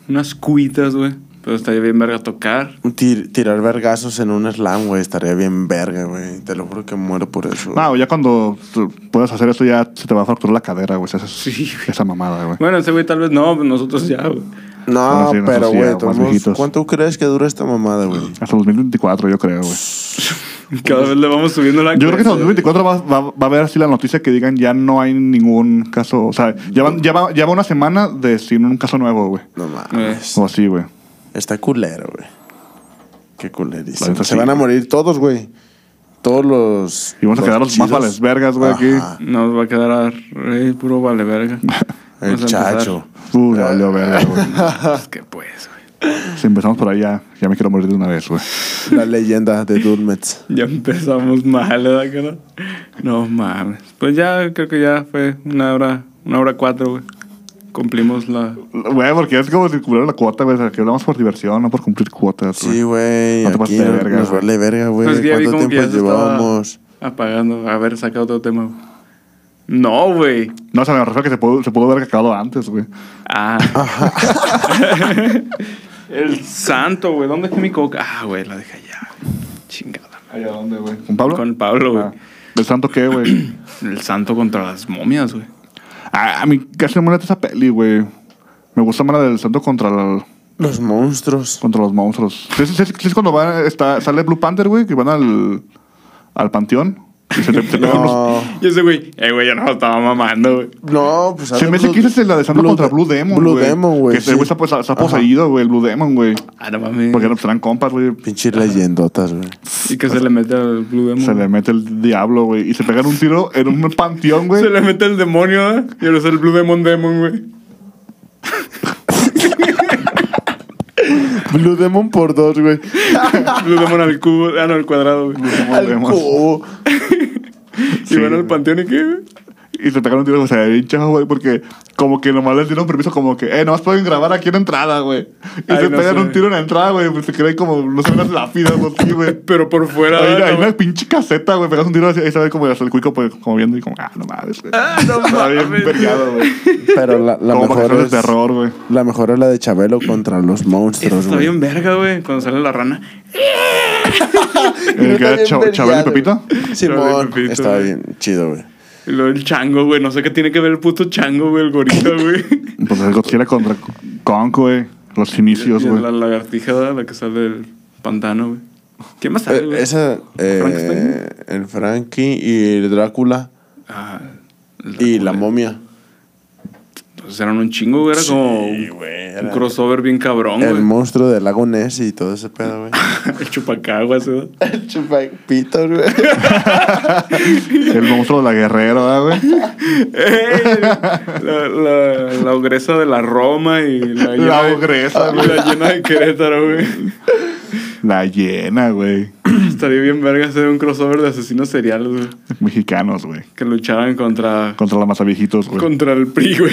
Speaker 2: unas cuitas, güey. Pero estaría bien verga tocar.
Speaker 4: Un tir- tirar vergazos en un slam, güey. Estaría bien verga, güey. Te lo juro que muero por eso. güey.
Speaker 3: No, ya cuando tú puedas hacer eso ya se te va a fracturar la cadera, güey. si haces
Speaker 2: Sí, güey.
Speaker 3: esa mamada, güey.
Speaker 2: Bueno, ese güey tal vez no, pero nosotros ya, güey.
Speaker 4: No,
Speaker 3: Bueno, sí, nosotros
Speaker 4: pero,
Speaker 3: sí,
Speaker 4: güey.
Speaker 3: ya,
Speaker 4: de todos
Speaker 3: más
Speaker 4: modos,
Speaker 3: viejitos. Mm.
Speaker 4: ¿Cuánto crees que dura esta mamada, güey?
Speaker 3: Hasta 2024, yo creo, güey.
Speaker 2: Cada vez le vamos subiendo la
Speaker 3: Yo creo que en 2024 va, va- va a haber así la noticia que digan ya no hay ningún caso. O sea, ya va, ya va- ya va una semana de sin un caso nuevo, güey.
Speaker 4: No
Speaker 2: Eh.
Speaker 4: mames.
Speaker 3: O así, güey.
Speaker 4: Está culero, güey. Qué
Speaker 3: La
Speaker 4: culerísimo.
Speaker 3: neta
Speaker 4: Se
Speaker 3: sí,
Speaker 4: van a
Speaker 3: güey.
Speaker 4: morir todos, güey. Todos los.
Speaker 3: Y vamos a quedar los más
Speaker 4: chidos.
Speaker 3: vales vergas, güey, aquí.
Speaker 4: Ajá.
Speaker 2: Nos va a quedar a re- puro vale verga.
Speaker 4: El
Speaker 2: Vamos a empezar.
Speaker 4: chacho.
Speaker 3: Uh, ya valió verga, güey.
Speaker 2: Pues que pues, güey.
Speaker 3: Si empezamos por ahí, ya, ya me quiero morir de una vez, güey.
Speaker 4: La leyenda de Durmets.
Speaker 2: Ya empezamos mal, ¿verdad, cara? No mames. Pues ya creo que ya fue una hora, una hora cuatro, güey. Cumplimos la.
Speaker 3: Güey, porque es como si cubrieron la cuota, güey. O sea, que hablamos por diversión, no por cumplir cuotas, güey.
Speaker 4: Sí, güey.
Speaker 3: No te
Speaker 4: Aquí
Speaker 3: pases de
Speaker 4: nos,
Speaker 3: verga,
Speaker 4: nos
Speaker 3: güey.
Speaker 4: vale verga, güey.
Speaker 2: Pues que ya vi
Speaker 4: ¿Cuánto
Speaker 2: como que ya
Speaker 4: tiempo
Speaker 2: se estaba
Speaker 4: llevábamos?
Speaker 2: Apagando. A ver, saca otro tema, güey. No, güey.
Speaker 3: No, o sea, me refiero a que se pudo, se pudo haber acabado antes, güey.
Speaker 2: Ah. El santo, güey. ¿Dónde dejé mi coca? Ah, güey, la dejé allá. Chingada.
Speaker 3: ¿Allá dónde, güey? ¿Con Pablo?
Speaker 2: Con Pablo, güey.
Speaker 3: Ah. ¿Del santo qué, güey?
Speaker 2: El santo contra las momias, güey.
Speaker 3: Ah, a mí casi no me late esa peli, güey. Me gusta más la del santo contra, la-
Speaker 4: Los monstruos.
Speaker 3: contra los monstruos. ¿Sí, sí, sí, sí es cuando va, está, sale Blue Panther, güey? Que van al, al panteón. Y se te, te pegan unos-
Speaker 4: No.
Speaker 2: Y ese güey, eh, güey, yo no estaba mamando, güey.
Speaker 4: No, pues
Speaker 3: Se me hace
Speaker 4: hazlo
Speaker 3: que
Speaker 4: Blue-
Speaker 3: esa es la de Santo contra Blue Demon,
Speaker 4: Blue
Speaker 3: güey.
Speaker 4: Demon, güey.
Speaker 3: Que ese güey
Speaker 4: sí.
Speaker 3: está, pues, está poseído, güey, el Blue Demon, güey.
Speaker 2: Ah, no mames.
Speaker 3: Porque no pues, eran compas, güey.
Speaker 4: Pinche leyendotas, güey.
Speaker 2: Y que se le mete al Blue Demon.
Speaker 3: Se le mete el diablo, güey. Y se pegan un tiro en un panteón, güey.
Speaker 2: Se le mete el demonio, ¿eh? Y ahora es el Blue Demon Demon, güey.
Speaker 4: Blue Demon por dos, güey.
Speaker 2: Blue Demon al cubo, ah, no, al cuadrado, güey.
Speaker 3: Como
Speaker 4: Al
Speaker 3: vemos.
Speaker 4: cubo.
Speaker 2: Y van al panteón y qué, güey.
Speaker 3: Y se pegaron un tiro, o sea, hinchas, güey, porque como que nomás les dieron permiso, como que, eh, nomás pueden grabar aquí en la entrada, güey. Y
Speaker 2: Ay,
Speaker 3: se
Speaker 2: no
Speaker 3: pegan
Speaker 2: sé.
Speaker 3: un tiro en la entrada, güey, pues se creen como, no sé, unas lápidas o así, güey.
Speaker 2: Pero por fuera,
Speaker 3: Hay,
Speaker 2: ¿no?
Speaker 3: hay una pinche caseta, güey, pegas un tiro así, ahí se ve como hasta el cuico, pues, como viendo y como, ah, no mames, güey. Ah, no Está bien
Speaker 2: mames.
Speaker 3: vergado, güey.
Speaker 4: Pero la, la
Speaker 3: Como para
Speaker 4: mejor
Speaker 3: que
Speaker 4: es.
Speaker 3: de terror, güey.
Speaker 4: La mejor es la de Chabelo contra los
Speaker 2: Eso
Speaker 4: monstruos,
Speaker 2: está
Speaker 4: güey.
Speaker 2: bien verga, güey. Cuando sale la rana.
Speaker 3: El que era Cha- Chabelo y Pepito.
Speaker 2: Chabelo y
Speaker 4: Simón.
Speaker 2: Pepito,
Speaker 4: Está
Speaker 2: güey.
Speaker 4: bien chido, güey.
Speaker 2: Y luego el chango, güey. No sé qué tiene que ver el puto chango, güey. El gorila, güey.
Speaker 3: Pues el Godzilla contra Kong, güey. Los inicios,
Speaker 2: Y
Speaker 3: güey.
Speaker 2: la lagartija, la que sale del pantano, güey. ¿Quién más sale,
Speaker 4: Eh,
Speaker 2: güey?
Speaker 4: esa. eh,
Speaker 2: ¿Frankenstein?
Speaker 4: el Frankie y el Drácula.
Speaker 2: Ah, el
Speaker 4: Y
Speaker 2: Drácula.
Speaker 4: la momia.
Speaker 2: Pues eran un chingo, güey. Era como un,
Speaker 4: güey,
Speaker 2: un
Speaker 4: era-
Speaker 2: crossover bien cabrón,
Speaker 4: El
Speaker 2: güey.
Speaker 4: monstruo del lago Ness y todo ese pedo, güey.
Speaker 2: El chupacaguas, güey.
Speaker 4: el chupapito, güey.
Speaker 3: El monstruo de la guerrera, güey.
Speaker 2: ¡Ey! La, la, la ogresa de la Roma y la
Speaker 3: La
Speaker 2: de-
Speaker 3: ogresa,
Speaker 2: y la llena de Querétaro, güey.
Speaker 3: La llena, güey.
Speaker 2: Estaría bien verga hacer un crossover de asesinos seriales, güey.
Speaker 3: Mexicanos, güey.
Speaker 2: Que luchaban contra.
Speaker 3: Contra la masa viejitos, güey.
Speaker 2: contra el PRI, güey.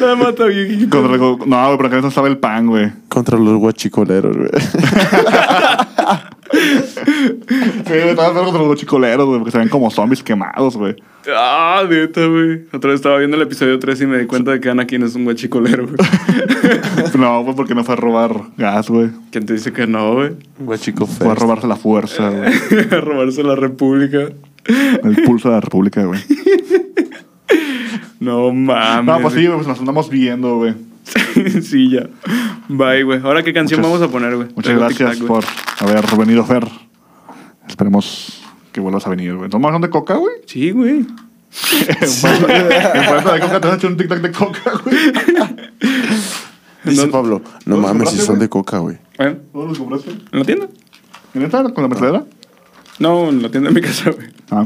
Speaker 2: la mata bien.
Speaker 3: Contra el go- No, güey, pero acá no estaba el pan, güey.
Speaker 4: Contra los guachicoleros, güey.
Speaker 3: Sí, güey, estaba peor contra los chicoleros, güey, porque se ven como zombies quemados, güey.
Speaker 2: Ah, neta, güey. Otra vez estaba viendo el episodio 3 y me di cuenta de que Anakin es un guachicolero, güey.
Speaker 3: No, güey, porque no fue a robar gas, güey.
Speaker 2: ¿Quién te dice que no, güey?
Speaker 4: Guachico
Speaker 3: Fue a robarse la fuerza, güey.
Speaker 2: A robarse la república.
Speaker 3: El pulso de la república, güey.
Speaker 2: No mames.
Speaker 3: No, pues sí, güey, pues nos andamos viendo, güey.
Speaker 2: sí, ya. Bye, güey. Ahora qué canción
Speaker 3: Muchas-
Speaker 2: vamos a poner, güey.
Speaker 3: Muchas
Speaker 2: Traigo
Speaker 3: gracias
Speaker 2: tic-tac, güey.
Speaker 3: por haber venido, Fer. Esperemos que vuelvas a venir, güey. ¿Tomas un de coca, güey?
Speaker 2: Sí, güey.
Speaker 3: En falta de coca te has hecho un tic-tac de coca, güey.
Speaker 4: Dice
Speaker 2: ¿Dónde-
Speaker 4: Pablo, no
Speaker 3: ¿Dónde
Speaker 4: mames, si
Speaker 3: compraste,
Speaker 4: son
Speaker 3: güey?
Speaker 4: de coca, güey.
Speaker 2: ¿Eh?
Speaker 3: ¿Dónde los compraste?
Speaker 2: ¿En la tienda?
Speaker 3: ¿En esta? ¿Con la mercedera?
Speaker 2: No, en la tienda de mi casa, güey.
Speaker 3: Ah.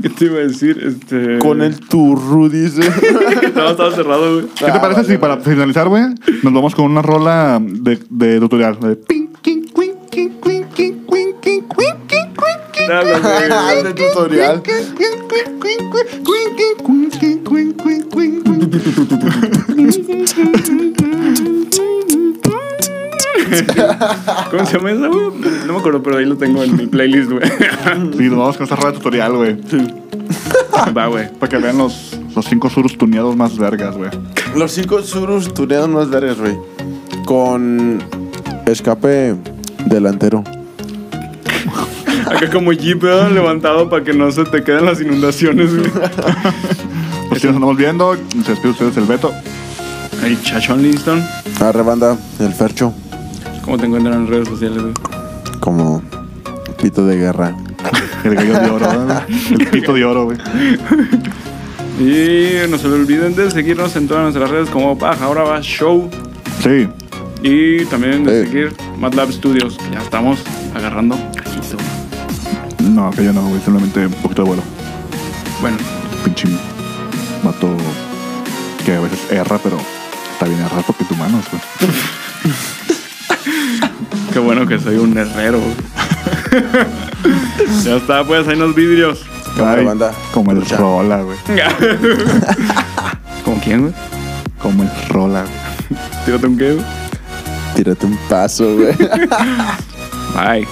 Speaker 2: ¿Qué te iba a decir? Este...
Speaker 4: Con el turru, dice.
Speaker 2: No, estaba cerrado, güey.
Speaker 3: ¿Qué te parece si para finalizar, güey, nos vamos con una rola de, de tutorial? De ping, quin, quin, quin, quin, quin, quin, quin, quin, quin, quin, quin,
Speaker 2: Dale, güey.
Speaker 4: Hazle tutorial.
Speaker 3: quin, quin, quin, quin, quin, quin, quin, quin, quin, quin, quin, quin.
Speaker 2: ¿Cómo se llama esa, güey? No me acuerdo, pero ahí lo tengo en mi playlist, güey.
Speaker 3: Sí, nos vamos con esta rola de tutorial, güey.
Speaker 2: Va, güey.
Speaker 3: Para que vean los, los cinco surus tuneados más vergas, güey.
Speaker 4: Los cinco surus tuneados más vergas, güey. Con escape delantero.
Speaker 2: Acá como Jeep ¿verdad? levantado para que no se te queden las inundaciones, güey. Este-
Speaker 3: Pues sí, nos andamos viendo. Se despide ustedes el Beto.
Speaker 2: Hey, Chachón Linston.
Speaker 4: Arrebanda, el fercho.
Speaker 2: ¿Cómo te encuentran en redes sociales, güey?
Speaker 4: como pito de guerra.
Speaker 3: El gallo de oro, ¿verdad? El pito de oro, güey.
Speaker 2: Y no se olviden de seguirnos en todas nuestras redes como Paja Ahora Va Show.
Speaker 3: Sí.
Speaker 2: Y también de
Speaker 4: Sí.
Speaker 2: seguir MATLAB Studios. Ya estamos agarrando cachito.
Speaker 3: No, que yo no, güey. Simplemente un poquito de vuelo.
Speaker 2: Bueno,
Speaker 3: Pinche vato que a veces erra, pero está bien errar porque tu mano, güey.
Speaker 2: qué bueno que soy un herrero. ya está, pues, ahí nos vidrios.
Speaker 4: Cámara,
Speaker 3: Ay,
Speaker 4: banda.
Speaker 3: Como el
Speaker 4: Lucha.
Speaker 3: rola, güey.
Speaker 2: ¿Con quién, güey?
Speaker 3: Como el rola, güey.
Speaker 2: Tírate un qué, güey.
Speaker 4: Tírate un paso, güey.
Speaker 2: Bye.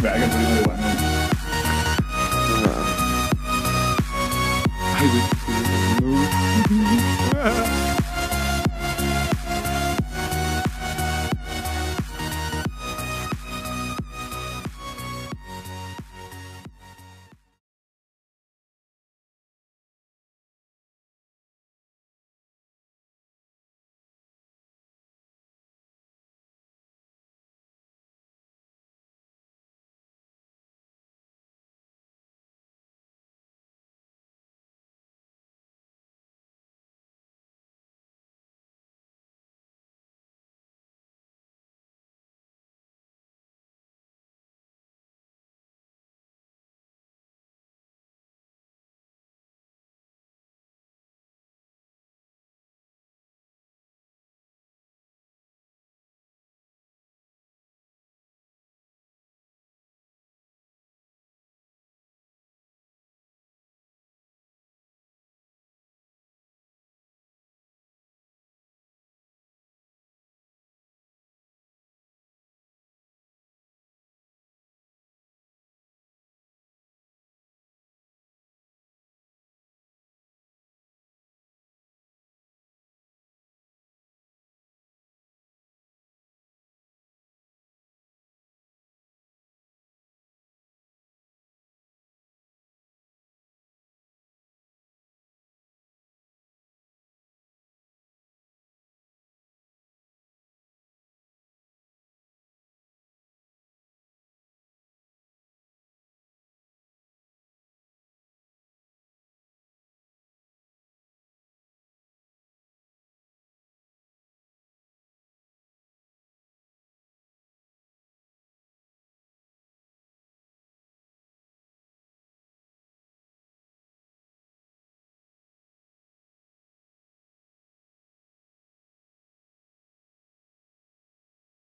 Speaker 3: Verga, estoy muy bueno, güey.